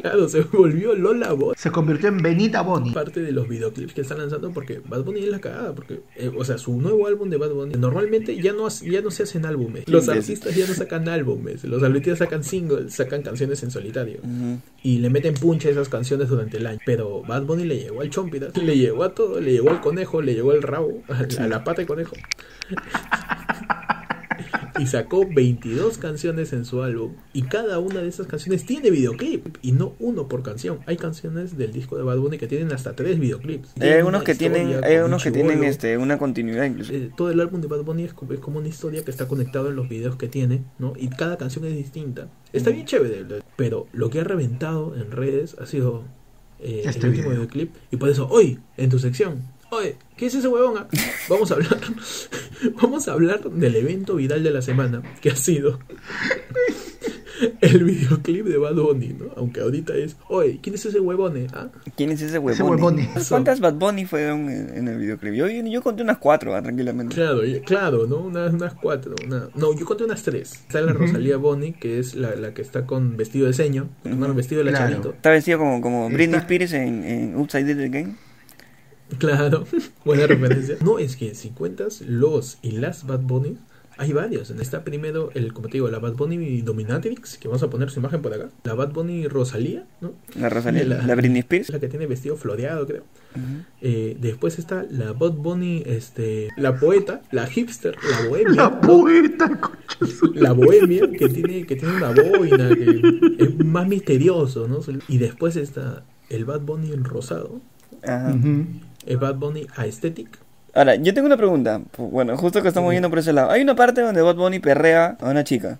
[SPEAKER 2] Claro, se volvió Lola Bot.
[SPEAKER 3] Se convirtió en Benita Bunny.
[SPEAKER 2] Parte de los videoclips que están lanzando porque Bad Bunny es la cagada. Porque, eh, o sea, su nuevo álbum de Bad Bunny normalmente ya no, hace- ya no se hacen álbumes. Los
[SPEAKER 1] Imbécil.
[SPEAKER 2] artistas ya no sacan álbumes. Los artistas sacan singles, sacan canciones en solitario.
[SPEAKER 1] Ujú.
[SPEAKER 2] y le meten punche a esas canciones durante el año. Pero Bad Bunny le llegó al chompita, le llegó a todo, le llegó al conejo, le llegó al rabo, a la, a la pata de conejo. Y sacó 22 canciones en su álbum. Y cada una de esas canciones tiene videoclip. Y no uno por canción. Hay canciones del disco de Bad Bunny que tienen hasta tres videoclips.
[SPEAKER 1] Hay
[SPEAKER 2] Tienen
[SPEAKER 1] algunos
[SPEAKER 2] una
[SPEAKER 1] que tienen,
[SPEAKER 2] historia
[SPEAKER 1] hay
[SPEAKER 2] con
[SPEAKER 1] algunos que
[SPEAKER 2] un
[SPEAKER 1] tienen
[SPEAKER 2] chibolo.
[SPEAKER 1] este, una continuidad incluso.
[SPEAKER 2] Eh, todo el álbum de Bad Bunny es como, es como una historia que está conectada en los videos que tiene, ¿no? Y cada canción es distinta. Está bien chévere, lo- pero lo que ha reventado en redes ha sido eh,
[SPEAKER 3] Este
[SPEAKER 2] el último
[SPEAKER 3] video.
[SPEAKER 2] videoclip. Y por eso, hoy, en tu sección, hoy, ¿qué es ese huevón? ah? Vamos a hablar, vamos a hablar del evento viral de la semana, que ha sido el videoclip de Bad Bunny, ¿no? Aunque ahorita es, hoy, ¿quién es ese huevón? ah?
[SPEAKER 1] ¿Quién es ese huevón?
[SPEAKER 3] Ese huevone.
[SPEAKER 1] ¿Cuántas Bad Bunny fueron en, en el videoclip? Yo, yo conté unas cuatro, ah, tranquilamente.
[SPEAKER 2] Claro, y- claro, ¿no? Unas, unas cuatro. una- No, yo conté unas tres. Está la Rosalía Boni, que es la, la que está con vestido de ceño, con un vestido de la
[SPEAKER 3] Claro.
[SPEAKER 2] charito.
[SPEAKER 1] Está vestido como, como Britney
[SPEAKER 3] Está-
[SPEAKER 1] Spears en, en Upside Down Again.
[SPEAKER 2] Claro, buena referencia. No, es que si cuentas los y las Bad Bunny, hay varios. Está primero, el, como te digo, la Bad Bunny Dominatrix, que vamos a poner su imagen por acá. La Bad Bunny Rosalía, ¿no?
[SPEAKER 1] La Rosalía,
[SPEAKER 2] Y
[SPEAKER 1] la, Britney Spears.
[SPEAKER 2] La que tiene vestido floreado, creo. Eh, después está la Bad Bunny, este, la poeta, la hipster, la bohemia.
[SPEAKER 3] La poeta, coño.
[SPEAKER 2] la bohemia que tiene que tiene una boina que es más misterioso no y después está el Bad Bunny en rosado
[SPEAKER 1] Ajá.
[SPEAKER 3] Mm.
[SPEAKER 2] el Bad Bunny aesthetic
[SPEAKER 1] Ahora, yo tengo una pregunta. Bueno, justo que estamos viendo por ese lado. Hay una parte donde Bad Bunny perrea a una chica.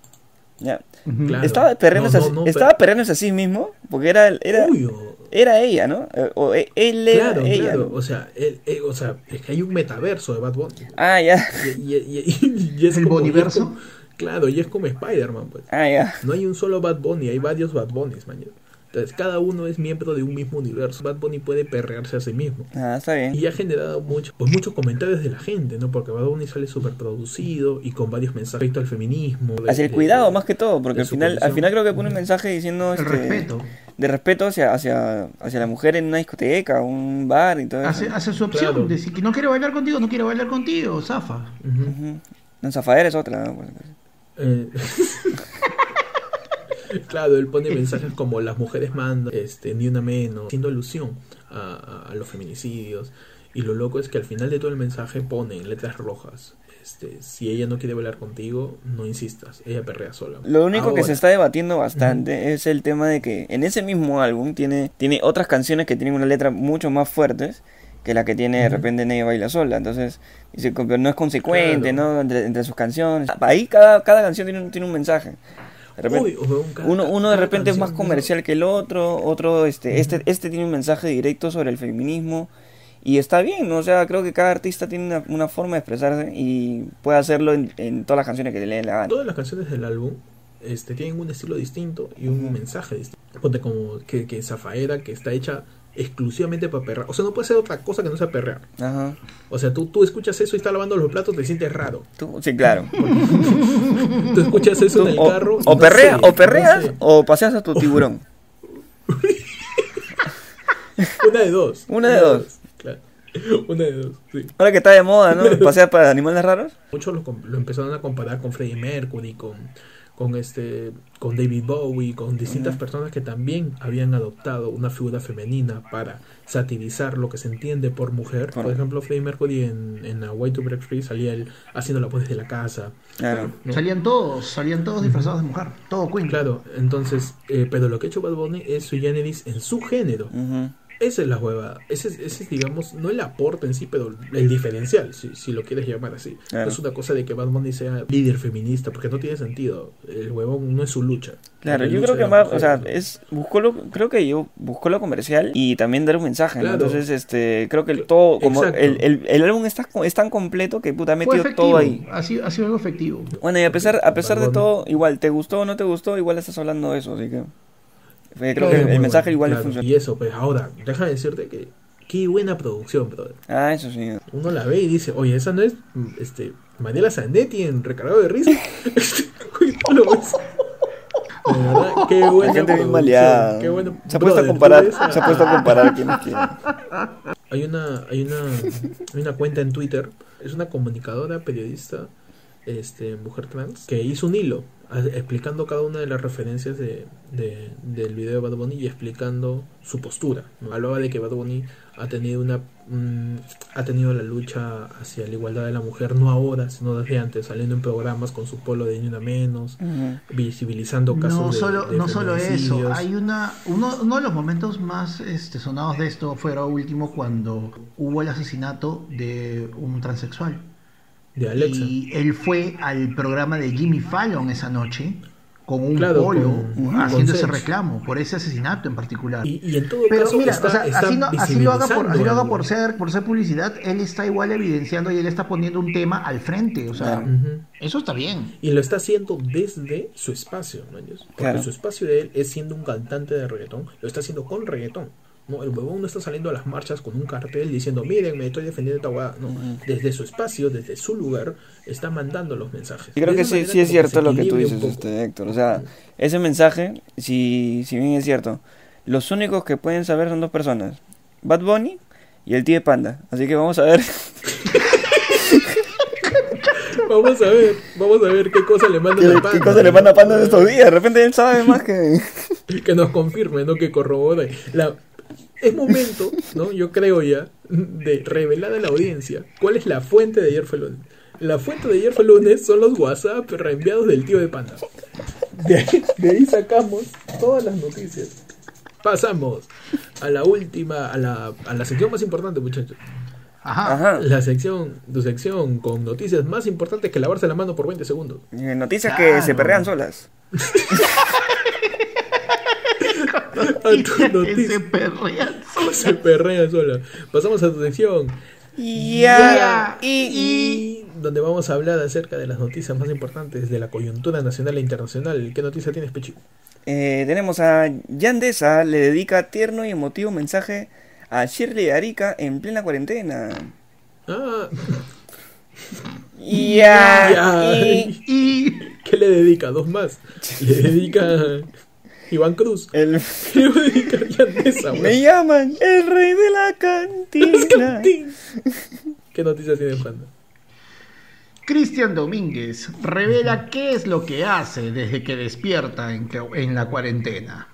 [SPEAKER 1] Ya.
[SPEAKER 2] Claro.
[SPEAKER 1] Estaba perreándose,
[SPEAKER 2] No,
[SPEAKER 1] así-
[SPEAKER 2] no, no,
[SPEAKER 1] estaba perreándose a sí mismo, porque era, el- era,
[SPEAKER 2] obvio
[SPEAKER 1] era ella, ¿no? Eh, O e- él era
[SPEAKER 2] oh, claro
[SPEAKER 1] ella.
[SPEAKER 2] claro
[SPEAKER 1] ¿no?
[SPEAKER 2] o sea el- el- o sea es que hay un metaverso de Bad Bunny
[SPEAKER 1] Ah, ya.
[SPEAKER 2] y, y- y- y es
[SPEAKER 3] ¿El
[SPEAKER 2] como- y es
[SPEAKER 3] Boniverso?
[SPEAKER 2] como- claro y es como Spider-Man pues
[SPEAKER 1] Ah, ya.
[SPEAKER 2] No hay un solo Bad Bunny, hay varios Bad Bunnies, mañana. Entonces, cada uno es miembro de un mismo universo. Bad Bunny puede perrearse a sí mismo.
[SPEAKER 1] Ah, está bien.
[SPEAKER 2] Y ha generado mucho, pues muchos comentarios de la gente, ¿no? Porque Bad Bunny sale súper producido y con varios mensajes respecto al feminismo. este, de-
[SPEAKER 1] Hacia el
[SPEAKER 2] de-
[SPEAKER 1] cuidado
[SPEAKER 2] de-
[SPEAKER 1] más que todo, porque
[SPEAKER 2] de
[SPEAKER 1] al
[SPEAKER 2] su
[SPEAKER 1] final, al
[SPEAKER 2] condición.
[SPEAKER 1] final creo que pone un mensaje diciendo
[SPEAKER 3] El
[SPEAKER 1] este,
[SPEAKER 3] respeto.
[SPEAKER 1] de respeto hacia, hacia, hacia la mujer en una discoteca, un bar y todo eso.
[SPEAKER 3] Hace, hace su opción.
[SPEAKER 2] Claro.
[SPEAKER 3] Decir que no quiero bailar contigo, no quiero bailar contigo, zafa.
[SPEAKER 2] Ujú.
[SPEAKER 1] Ujú. No, Zafadera es otra, ¿no? Pues,
[SPEAKER 2] Eh, claro, él pone mensajes como las mujeres mandan, este, ni una menos, haciendo alusión a, a- a los feminicidios. Y lo loco es que al final de todo el mensaje pone en letras rojas. Este, si ella no quiere hablar contigo, no insistas, ella perrea sola.
[SPEAKER 1] Lo único que
[SPEAKER 2] Ahora,
[SPEAKER 1] se está debatiendo bastante es el tema de que en ese mismo álbum tiene, tiene otras canciones que tienen una letra mucho más fuertes que la que tiene de repente Nadie Baila Sola. Entonces, dice, como que no es consecuente,
[SPEAKER 2] Claro.
[SPEAKER 1] ¿no? Entre, entre sus canciones. Ahí cada, cada canción tiene un, tiene un mensaje. De repente,
[SPEAKER 2] obvio, weón, cada-
[SPEAKER 1] uno, uno de
[SPEAKER 2] cada
[SPEAKER 1] repente es más
[SPEAKER 2] canción, ¿no?
[SPEAKER 1] comercial que el otro, otro, este, este, este tiene un mensaje directo sobre el feminismo. Y está bien, ¿no? O sea, creo que cada artista tiene una, una forma de expresarse y puede hacerlo en, en todas las canciones que le den la gana.
[SPEAKER 2] Todas las canciones del álbum este, tienen un estilo distinto y un mensaje distinto. Ponte como que, que Zafaera, que está hecha exclusivamente para perrar. O sea, no puede ser otra cosa que no sea perrear.
[SPEAKER 1] Ajá.
[SPEAKER 2] O sea, tú, tú escuchas eso y estás lavando los platos, te sientes raro.
[SPEAKER 1] Tú- sí, claro.
[SPEAKER 2] Tú escuchas eso en el
[SPEAKER 1] o,
[SPEAKER 2] carro.
[SPEAKER 1] o
[SPEAKER 2] no
[SPEAKER 1] perreas,
[SPEAKER 2] sé,
[SPEAKER 1] o, perreas
[SPEAKER 2] no sé.
[SPEAKER 1] o paseas a tu tiburón.
[SPEAKER 2] Una de dos.
[SPEAKER 1] Una de dos.
[SPEAKER 2] Claro. Una de dos, sí.
[SPEAKER 1] Ahora que está de moda, ¿no? Paseas para animales raros.
[SPEAKER 2] Muchos lo, com- lo empezaron a comparar con Freddie Mercury, con, con, este, con David Bowie, con distintas personas que también habían adoptado una figura femenina para satirizar lo que se entiende por mujer. Por
[SPEAKER 1] Claro.
[SPEAKER 2] ejemplo, Freddie Mercury en, en A Way to Break Free salía él haciendo la voz desde la casa.
[SPEAKER 1] Claro.
[SPEAKER 3] Salían todos, salían todos disfrazados de mujer. Todo Queen.
[SPEAKER 2] Claro, entonces, eh, pero lo que ha hecho Bad Bunny es su generis en su género.
[SPEAKER 1] Ujú.
[SPEAKER 2] Esa es la hueva. Ese, es- ese es, digamos, no el aporte en sí, pero el diferencial, si, si lo quieres llamar así.
[SPEAKER 1] Claro.
[SPEAKER 2] No es una cosa de que Bad Bunny sea líder feminista, porque no tiene sentido. El huevón no es su lucha.
[SPEAKER 1] Claro,
[SPEAKER 2] La
[SPEAKER 1] yo
[SPEAKER 2] lucha
[SPEAKER 1] creo
[SPEAKER 2] de
[SPEAKER 1] que
[SPEAKER 2] la
[SPEAKER 1] más,
[SPEAKER 2] mujer,
[SPEAKER 1] o sea,
[SPEAKER 2] ¿no?
[SPEAKER 1] es buscó lo, creo que yo buscó lo comercial y también dar un mensaje, ¿no?
[SPEAKER 2] Claro.
[SPEAKER 1] Entonces, este, creo que el todo, como
[SPEAKER 2] Exacto.
[SPEAKER 1] el, el, el álbum está, co- es tan completo que puta ha
[SPEAKER 3] Fue
[SPEAKER 1] metido
[SPEAKER 3] efectivo,
[SPEAKER 1] todo ahí.
[SPEAKER 3] ha sido, ha sido algo efectivo.
[SPEAKER 1] Bueno, y a pesar, a pesar de
[SPEAKER 2] Bad Bunny.
[SPEAKER 1] todo, igual, te gustó o no te gustó, igual estás hablando de eso, así que eh, creo
[SPEAKER 2] Claro,
[SPEAKER 1] que
[SPEAKER 2] muy
[SPEAKER 1] el mensaje
[SPEAKER 2] bueno,
[SPEAKER 1] igual le
[SPEAKER 2] claro.
[SPEAKER 1] funcionó.
[SPEAKER 2] Y eso, pues ahora, déjame decirte que qué buena producción, brother.
[SPEAKER 1] Ah, eso sí.
[SPEAKER 2] Uno la ve y dice, oye, esa no es mm, este, Manela Zanetti en recargado de risa. Uy, no lo ves. De verdad, qué buena
[SPEAKER 1] La gente bien
[SPEAKER 2] producción,
[SPEAKER 1] maleada.
[SPEAKER 2] qué buena-
[SPEAKER 1] Se ha puesto a
[SPEAKER 2] Brother, tú
[SPEAKER 1] comparar,
[SPEAKER 2] ves a-
[SPEAKER 1] se ha puesto a comparar quién es quién.
[SPEAKER 2] Hay una, hay una, hay una cuenta en Twitter, es una comunicadora, periodista, este, mujer trans, que hizo un hilo a- explicando cada una de las referencias de, de- del video de Bad Bunny y explicando su postura. ¿no? Hablaba de que Bad Bunny ha tenido una mm, ha tenido la lucha hacia la igualdad de la mujer no ahora, sino desde antes, saliendo en programas con su polo de ni una menos,
[SPEAKER 1] Ujú.
[SPEAKER 2] visibilizando casos
[SPEAKER 3] No
[SPEAKER 2] de-
[SPEAKER 3] solo,
[SPEAKER 2] de
[SPEAKER 3] no solo eso,
[SPEAKER 2] feminicidios.
[SPEAKER 3] hay una, uno, uno de los momentos más este, sonados de esto fue ahora último cuando hubo el asesinato de un transexual.
[SPEAKER 2] de Alexa.
[SPEAKER 3] Y él fue al programa de Jimmy Fallon esa noche con un
[SPEAKER 2] Claro,
[SPEAKER 3] polo
[SPEAKER 2] con-
[SPEAKER 3] haciendo
[SPEAKER 2] con
[SPEAKER 3] ese
[SPEAKER 2] sex.
[SPEAKER 3] reclamo por ese asesinato en particular.
[SPEAKER 2] Y, y en todo
[SPEAKER 3] Pero
[SPEAKER 2] caso
[SPEAKER 3] mira,
[SPEAKER 2] está,
[SPEAKER 3] o sea,
[SPEAKER 2] está
[SPEAKER 3] así, no- así lo haga, por, así lo haga
[SPEAKER 2] visibilizando
[SPEAKER 3] por
[SPEAKER 2] algo.
[SPEAKER 3] ser, por ser publicidad, él está igual evidenciando y él está poniendo un tema al frente. O sea,
[SPEAKER 1] Claro.
[SPEAKER 2] Ujú.
[SPEAKER 3] eso está bien.
[SPEAKER 2] Y lo está haciendo desde su espacio, ¿no? Porque
[SPEAKER 1] Claro.
[SPEAKER 2] su espacio de él es siendo un cantante de reggaetón, lo está haciendo con reggaetón. ¿no? El huevón no está saliendo a las marchas con un cartel diciendo, miren, me estoy defendiendo esta huevada. No,
[SPEAKER 3] Mm.
[SPEAKER 2] desde su espacio, desde su lugar, está mandando los mensajes.
[SPEAKER 1] Y creo
[SPEAKER 2] De
[SPEAKER 1] que
[SPEAKER 2] esa
[SPEAKER 1] sí,
[SPEAKER 2] manera
[SPEAKER 1] sí es
[SPEAKER 2] como
[SPEAKER 1] cierto
[SPEAKER 2] se
[SPEAKER 1] lo que tú
[SPEAKER 2] equilibra un
[SPEAKER 1] dices,
[SPEAKER 2] poco.
[SPEAKER 1] este, Héctor. O sea, ese mensaje, si, si bien es cierto, los únicos que pueden saber son dos personas, Bad Bunny y el tío de Panda. Así que vamos a ver.
[SPEAKER 2] Vamos a ver, vamos a ver qué cosa le mandan
[SPEAKER 1] ¿Qué,
[SPEAKER 2] a Panda.
[SPEAKER 1] qué cosa le manda Panda en estos días? De repente él sabe más que...
[SPEAKER 2] que nos confirme, ¿no? Que corrobore. La... Es momento, ¿no? Yo creo ya, de revelar a la audiencia cuál es la fuente de ayer fue lunes. La fuente de ayer fue lunes son los WhatsApp reenviados del tío de Panda. De ahí, de ahí sacamos todas las noticias. Pasamos a la última, a la, a la sección más importante, muchachos.
[SPEAKER 3] Ajá.
[SPEAKER 1] Ajá.
[SPEAKER 2] La sección, tu sección con noticias más importantes que lavarse la mano por 20 segundos.
[SPEAKER 1] Eh, Noticias que
[SPEAKER 3] Claro.
[SPEAKER 1] se perrean solas.
[SPEAKER 2] A tu
[SPEAKER 3] Que se
[SPEAKER 2] noticia.
[SPEAKER 3] perrean.
[SPEAKER 2] Se perrea sola. Pasamos a tu sección.
[SPEAKER 1] Ya.
[SPEAKER 3] Ya.
[SPEAKER 1] Y...
[SPEAKER 2] y donde vamos a hablar acerca de las noticias más importantes de la coyuntura nacional e internacional. ¿Qué noticia tienes, Pechi?
[SPEAKER 1] Eh, tenemos a Yandesa, le dedica tierno y emotivo mensaje a Shirley de Arica en plena cuarentena.
[SPEAKER 2] Ah,
[SPEAKER 1] Ya.
[SPEAKER 2] Ya.
[SPEAKER 1] Y...
[SPEAKER 3] Y
[SPEAKER 2] ¿qué le dedica? Dos más. Le dedica Iván Cruz.
[SPEAKER 1] El...
[SPEAKER 2] ¿Qué le dedica Yandesa,
[SPEAKER 1] Me
[SPEAKER 2] güey?
[SPEAKER 1] llaman el rey de la cantina.
[SPEAKER 2] Es Cantín. ¿Qué noticia tienes, Panda?
[SPEAKER 3] Cristian Domínguez revela qué es lo que hace desde que despierta en, clau- en la cuarentena.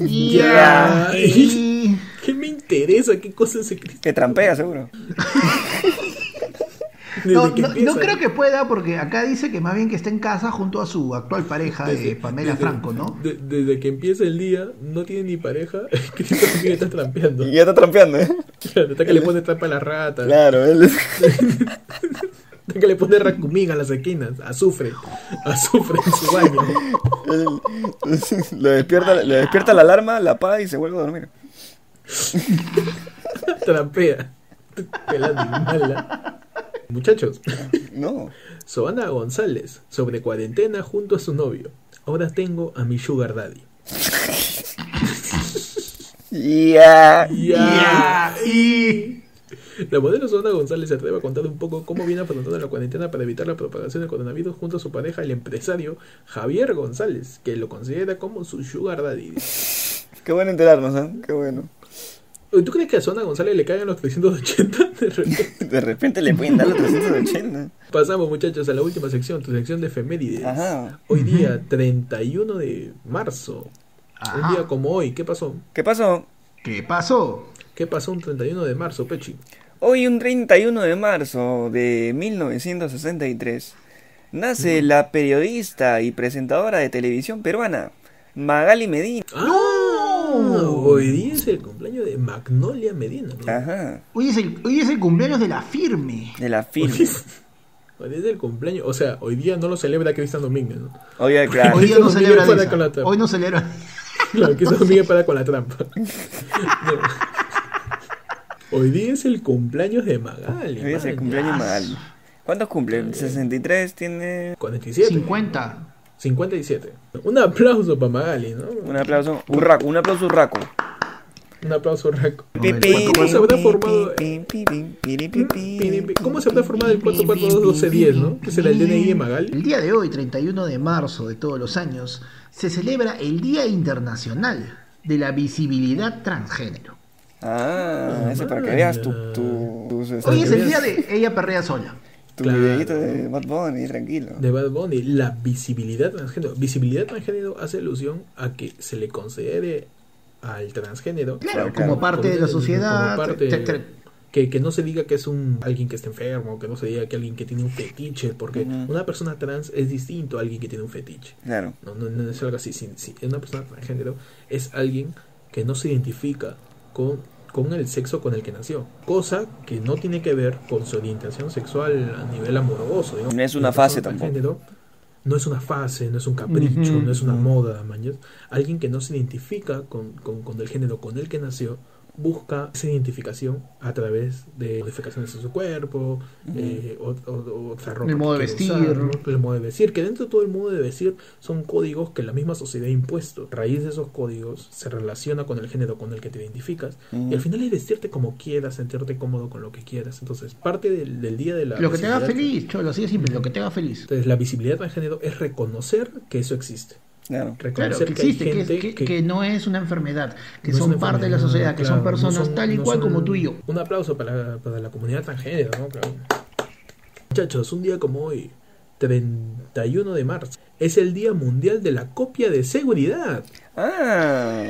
[SPEAKER 3] Ya.
[SPEAKER 2] Ya.
[SPEAKER 3] Y-
[SPEAKER 2] ¿Qué me interesa? ¿Qué cosa se Cristian?
[SPEAKER 1] Que trampea, seguro.
[SPEAKER 2] Desde
[SPEAKER 3] No, no-
[SPEAKER 2] empieza,
[SPEAKER 3] no creo que pueda porque acá dice que más bien que está en casa junto a su actual pareja, eh, Pamela
[SPEAKER 2] desde-
[SPEAKER 3] Franco, ¿no?
[SPEAKER 2] de- desde que empieza el día, no tiene ni pareja. Cristian también está trampeando.
[SPEAKER 1] Y ya está trampeando, ¿eh?
[SPEAKER 2] Claro, está que le pone trampa a las ratas.
[SPEAKER 1] Claro, él.
[SPEAKER 2] Hasta que le pone racumín a las esquinas, azufre, azufre en su baño.
[SPEAKER 1] él- lo, despierta, lo despierta la alarma, la apaga y se vuelve a dormir.
[SPEAKER 2] Trampea. El animal. ¿ah? Muchachos,
[SPEAKER 1] No.
[SPEAKER 2] Soana González, sobre cuarentena junto a su novio. Ahora tengo a mi sugar daddy.
[SPEAKER 1] Ya.
[SPEAKER 2] Ya.
[SPEAKER 3] Y
[SPEAKER 2] La modelo Soana González se atreve a contar un poco cómo viene afrontando la cuarentena para evitar la propagación del coronavirus junto a su pareja, el empresario Javier González, que lo considera como su sugar daddy.
[SPEAKER 1] Qué bueno enterarnos, ¿eh? Qué bueno.
[SPEAKER 2] ¿Tú crees que a Soana González le caigan los 380 de repente?
[SPEAKER 1] De repente le pueden dar los 380.
[SPEAKER 2] Pasamos muchachos a la última sección, tu sección de efemérides.
[SPEAKER 1] Ajá.
[SPEAKER 2] Hoy día 31 de marzo.
[SPEAKER 3] Ajá.
[SPEAKER 2] Un día como hoy, ¿qué pasó?
[SPEAKER 1] ¿Qué pasó?
[SPEAKER 3] ¿Qué pasó?
[SPEAKER 2] ¿Qué pasó un 31 de marzo, Pechi?
[SPEAKER 1] Hoy, un 31 de marzo de 1963, nace la periodista y presentadora de televisión peruana, Magali Medina.
[SPEAKER 2] ¡Ah! Hoy día es el cumpleaños de Magnolia Medina. ¿no?
[SPEAKER 1] Ajá.
[SPEAKER 3] Hoy es, el, hoy es el cumpleaños de la firme.
[SPEAKER 1] De la
[SPEAKER 2] Hoy
[SPEAKER 1] firme.
[SPEAKER 2] es, hoy es el cumpleaños. O sea, hoy día no lo celebra Cristian Domínguez. ¿no?
[SPEAKER 1] Oye, claro.
[SPEAKER 3] Hoy día no
[SPEAKER 2] Miguel
[SPEAKER 3] celebra
[SPEAKER 2] fuera
[SPEAKER 3] esa.
[SPEAKER 2] con la trampa.
[SPEAKER 3] Hoy no celebra.
[SPEAKER 2] Claro, que San Miguel para con la trampa. No. Hoy día es el cumpleaños de Magali.
[SPEAKER 1] Hoy es el
[SPEAKER 2] man.
[SPEAKER 1] cumpleaños mal. ¿Cuántos cumple? 63 tiene.
[SPEAKER 2] 47.
[SPEAKER 3] 50.
[SPEAKER 2] 57. Un aplauso para Magali, ¿no?
[SPEAKER 1] Un aplauso. Urraco, un aplauso urraco.
[SPEAKER 2] Un aplauso, Raco.
[SPEAKER 1] ¿Cómo
[SPEAKER 2] se habrá formado- eh? ¿Cómo se habrá formado el 442-1210, no? Que es el DNI de Magali.
[SPEAKER 3] El día de hoy, 31 de marzo de todos los años, se celebra el Día Internacional de la Visibilidad Transgénero.
[SPEAKER 1] Ah, eso para que veas tu, tu, tus, este,
[SPEAKER 3] Hoy es el
[SPEAKER 2] Yes.
[SPEAKER 3] día de Ella Perrea Sola.
[SPEAKER 1] tu
[SPEAKER 2] Claro.
[SPEAKER 1] videíto de Bad Bunny, tranquilo.
[SPEAKER 2] De Bad Bunny, la visibilidad transgénero. Visibilidad transgénero hace alusión a que se le concede al transgénero
[SPEAKER 3] Claro,
[SPEAKER 1] Claro, claro.
[SPEAKER 3] como parte de la
[SPEAKER 2] Como
[SPEAKER 3] sociedad.
[SPEAKER 2] parte-
[SPEAKER 3] te- te-
[SPEAKER 2] que, que no se diga que es un alguien que está enfermo, que no se diga que alguien que tiene un fetiche, porque
[SPEAKER 1] Ujú.
[SPEAKER 2] una persona trans es distinto a alguien que tiene un fetiche.
[SPEAKER 1] Claro.
[SPEAKER 2] No, no, no es algo así. Si, si una persona transgénero es alguien que no se identifica con, con el sexo con el que nació, cosa que no tiene que ver con su orientación sexual a nivel amoroso. digamos.
[SPEAKER 1] No es una
[SPEAKER 2] persona
[SPEAKER 1] fase tampoco.
[SPEAKER 2] transgénero No es una fase, no es un capricho,
[SPEAKER 3] Ujú.
[SPEAKER 2] no es una moda, mañas. Alguien que no se identifica con, con- con el género con el que nació busca esa identificación a través de modificaciones en su cuerpo, eh, o, o- o otra ropa
[SPEAKER 3] El modo
[SPEAKER 2] que
[SPEAKER 3] de
[SPEAKER 2] quiere
[SPEAKER 3] vestir.
[SPEAKER 2] usar, ¿no? el modo de vestir, que dentro de todo el modo de vestir son códigos que la misma sociedad ha impuesto. A raíz de esos códigos se relaciona con el género con el que te identificas
[SPEAKER 1] Ujú.
[SPEAKER 2] y al final es vestirte como quieras, sentirte cómodo con lo que quieras. Entonces, parte del, del día de la...
[SPEAKER 3] Lo que te haga
[SPEAKER 2] visibilidad-
[SPEAKER 3] feliz, Cholo, así de simple, lo que te haga feliz.
[SPEAKER 2] Entonces, la visibilidad transgénero es reconocer que eso existe.
[SPEAKER 1] Claro.
[SPEAKER 3] Claro,
[SPEAKER 2] Reconocer
[SPEAKER 3] que
[SPEAKER 2] hay
[SPEAKER 3] existe, que, es-
[SPEAKER 2] gente
[SPEAKER 3] que- que no es una enfermedad, que
[SPEAKER 2] no es
[SPEAKER 3] son
[SPEAKER 2] una
[SPEAKER 3] parte de la
[SPEAKER 2] enfermedad,
[SPEAKER 3] sociedad, que
[SPEAKER 2] claro,
[SPEAKER 3] son
[SPEAKER 2] no
[SPEAKER 3] personas
[SPEAKER 2] son-
[SPEAKER 3] tal y
[SPEAKER 2] no
[SPEAKER 3] cual
[SPEAKER 2] son-
[SPEAKER 3] como tú y yo.
[SPEAKER 2] Un aplauso para, para la comunidad transgénero, ¿no? Claro. Muchachos, un día como hoy, 31 de marzo, es el Día Mundial de la Copia de Seguridad.
[SPEAKER 1] Ah.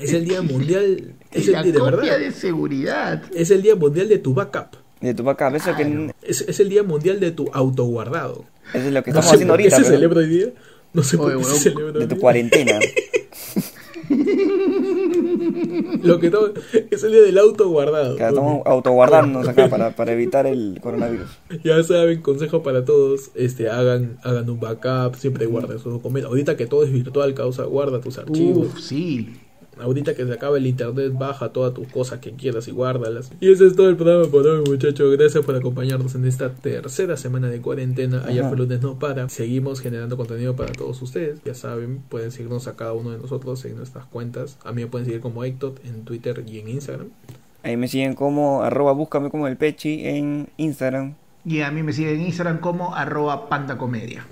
[SPEAKER 2] Es el Día Mundial. Es
[SPEAKER 3] la
[SPEAKER 2] el día de
[SPEAKER 3] copia
[SPEAKER 2] verdad.
[SPEAKER 3] de seguridad.
[SPEAKER 2] Es el Día Mundial de tu backup.
[SPEAKER 1] De tu vaca, eso que n-
[SPEAKER 2] Es, es el Día Mundial de tu autoguardado.
[SPEAKER 1] eso es lo que
[SPEAKER 2] No
[SPEAKER 1] estamos
[SPEAKER 2] sé
[SPEAKER 1] haciendo
[SPEAKER 2] por qué
[SPEAKER 1] ahorita,
[SPEAKER 2] se
[SPEAKER 1] pero-
[SPEAKER 2] celebra hoy día. No sé por
[SPEAKER 3] Oye,
[SPEAKER 2] qué se celebra
[SPEAKER 3] huevón,
[SPEAKER 2] hoy
[SPEAKER 1] de tu
[SPEAKER 2] día.
[SPEAKER 1] cuarentena.
[SPEAKER 2] Lo que no- es el día del autoguardado.
[SPEAKER 1] Que estamos
[SPEAKER 2] Ok.
[SPEAKER 1] autoguardándonos acá para, para evitar el coronavirus.
[SPEAKER 2] Ya saben, consejo para todos, este, hagan, hagan un backup, siempre guarden sus documentos. Ahorita que todo es virtual, causa, guarda tus archivos.
[SPEAKER 3] Uf, sí.
[SPEAKER 2] Ahorita que se acaba el internet, baja todas tus cosas que quieras y guárdalas. Y ese es todo el programa por hoy, muchachos. Gracias por acompañarnos en esta tercera semana de cuarentena. Ayer
[SPEAKER 1] Ajá.
[SPEAKER 2] fue lunes, no para. Seguimos generando contenido para todos ustedes. Ya saben, pueden seguirnos a cada uno de nosotros en nuestras cuentas. A mí me pueden seguir como Ectot en Twitter y en Instagram.
[SPEAKER 1] Ahí me siguen como arroba búscame como el pechi en Instagram.
[SPEAKER 3] Y a mí me siguen en Instagram como arroba pandacomedia.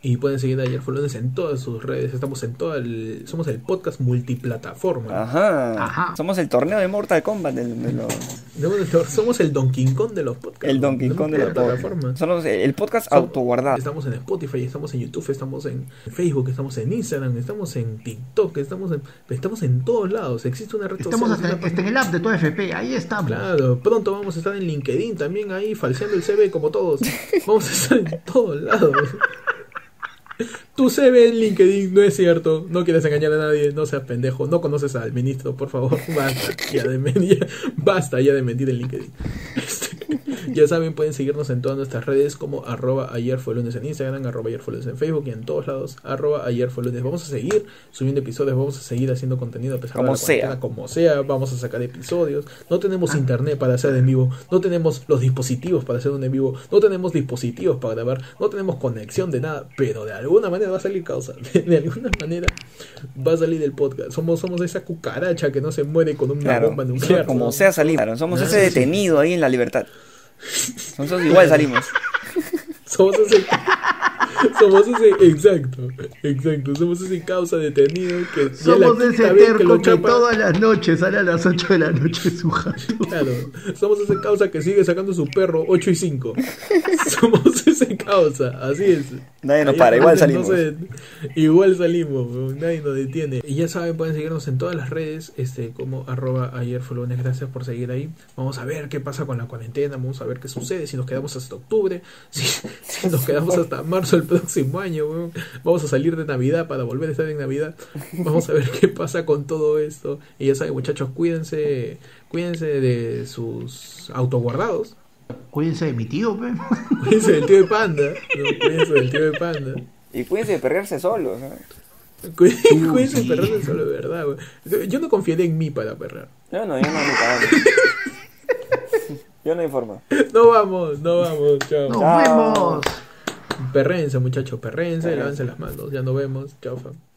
[SPEAKER 2] Y pueden seguir a Ayer fue lunes en todas sus redes. Estamos en todo el. Somos el podcast multiplataforma.
[SPEAKER 1] Ah. Ajá.
[SPEAKER 3] Ajá.
[SPEAKER 1] Somos el torneo de Mortal Kombat del- de los-
[SPEAKER 2] Somos el Don King Kong de los podcasts.
[SPEAKER 1] el Donkey Kong de los
[SPEAKER 2] plataforma.
[SPEAKER 1] podcasts. Somos el, el podcast
[SPEAKER 2] Som-
[SPEAKER 1] autoguardado.
[SPEAKER 2] Estamos en Spotify, estamos en YouTube, estamos en Facebook, estamos en Instagram, estamos en TikTok, estamos en, estamos en todos lados. Existe una red
[SPEAKER 3] Estamos
[SPEAKER 2] social,
[SPEAKER 3] hasta,
[SPEAKER 2] una
[SPEAKER 3] hasta en el app de todo FP, ahí estamos.
[SPEAKER 2] Claro, pronto vamos a estar en LinkedIn también ahí, falseando el CV como todos. Vamos a estar en todos lados. Tu CV en LinkedIn no es cierto, no quieres engañar a nadie, no seas pendejo, no conoces al ministro, por favor, basta ya de mentir, basta ya de mentir en LinkedIn. Este, ya saben, pueden seguirnos en todas nuestras redes como arroba ayer fue lunes en Instagram, arroba ayer fue lunes en Facebook y en todos lados, arroba ayer fue lunes. Vamos a seguir subiendo episodios, vamos a seguir haciendo contenido a pesar de
[SPEAKER 1] Como
[SPEAKER 2] la cuarentena,
[SPEAKER 1] sea.
[SPEAKER 2] como sea, vamos a sacar episodios. No
[SPEAKER 1] Ah.
[SPEAKER 2] tenemos internet para hacer en vivo, no tenemos los dispositivos para hacer un en vivo, no tenemos dispositivos para grabar, no tenemos conexión de nada, pero de alguna manera va a salir causa, de, de alguna manera va a salir el podcast. Somos, somos esa cucaracha que no se muere con una
[SPEAKER 1] Claro.
[SPEAKER 2] bomba nuclear.
[SPEAKER 1] Como
[SPEAKER 2] ¿no?
[SPEAKER 1] sea salimos. Claro, Somos ese detenido ahí en la libertad. Nosotros igual salimos.
[SPEAKER 2] Somos ese. Somos ese. Exacto. Exacto. Somos ese causa detenido que. ya la
[SPEAKER 3] Somos
[SPEAKER 2] quinta
[SPEAKER 3] ese
[SPEAKER 2] vez que
[SPEAKER 3] terco
[SPEAKER 2] lo
[SPEAKER 3] que
[SPEAKER 2] chapa-
[SPEAKER 3] todas las noches sale a las 8 de la noche su jato.
[SPEAKER 2] Claro, somos ese causa que sigue sacando su perro 8 y 5. Somos ese causa, así es.
[SPEAKER 1] Nadie nos
[SPEAKER 2] Ahí
[SPEAKER 1] para, igual
[SPEAKER 2] antes no
[SPEAKER 1] salimos.
[SPEAKER 2] se- igual salimos, weón, nadie nos detiene. Y ya saben, pueden seguirnos en todas las redes, este, como arroba ayer fue lunes, gracias por seguir ahí. Vamos a ver qué pasa con la cuarentena, vamos a ver qué sucede, si nos quedamos hasta octubre, si, si nos quedamos hasta marzo el próximo año, weón. Vamos a salir de Navidad para volver a estar en Navidad. Vamos a ver qué pasa con todo esto. Y ya saben, muchachos, cuídense, cuídense de sus autoguardados.
[SPEAKER 3] Cuídense de mi tío, pe.
[SPEAKER 2] Cuídense del tío de panda. ¿no? Cuídense del tío de panda.
[SPEAKER 1] Y cuídense de perderse solos. ¿eh? ¿no?
[SPEAKER 2] Cuí- Cuídense de perrarse solo, de verdad, weón. Yo- Yo no confiaré en mí para perrar.
[SPEAKER 1] Yo no, yo no me cago. Yo no informo.
[SPEAKER 2] No vamos, no vamos, chao.
[SPEAKER 3] ¡Nos
[SPEAKER 1] Chao.
[SPEAKER 3] vemos!
[SPEAKER 2] Perrense, muchachos, perrense, lávense las manos. Ya nos vemos, chao, fam.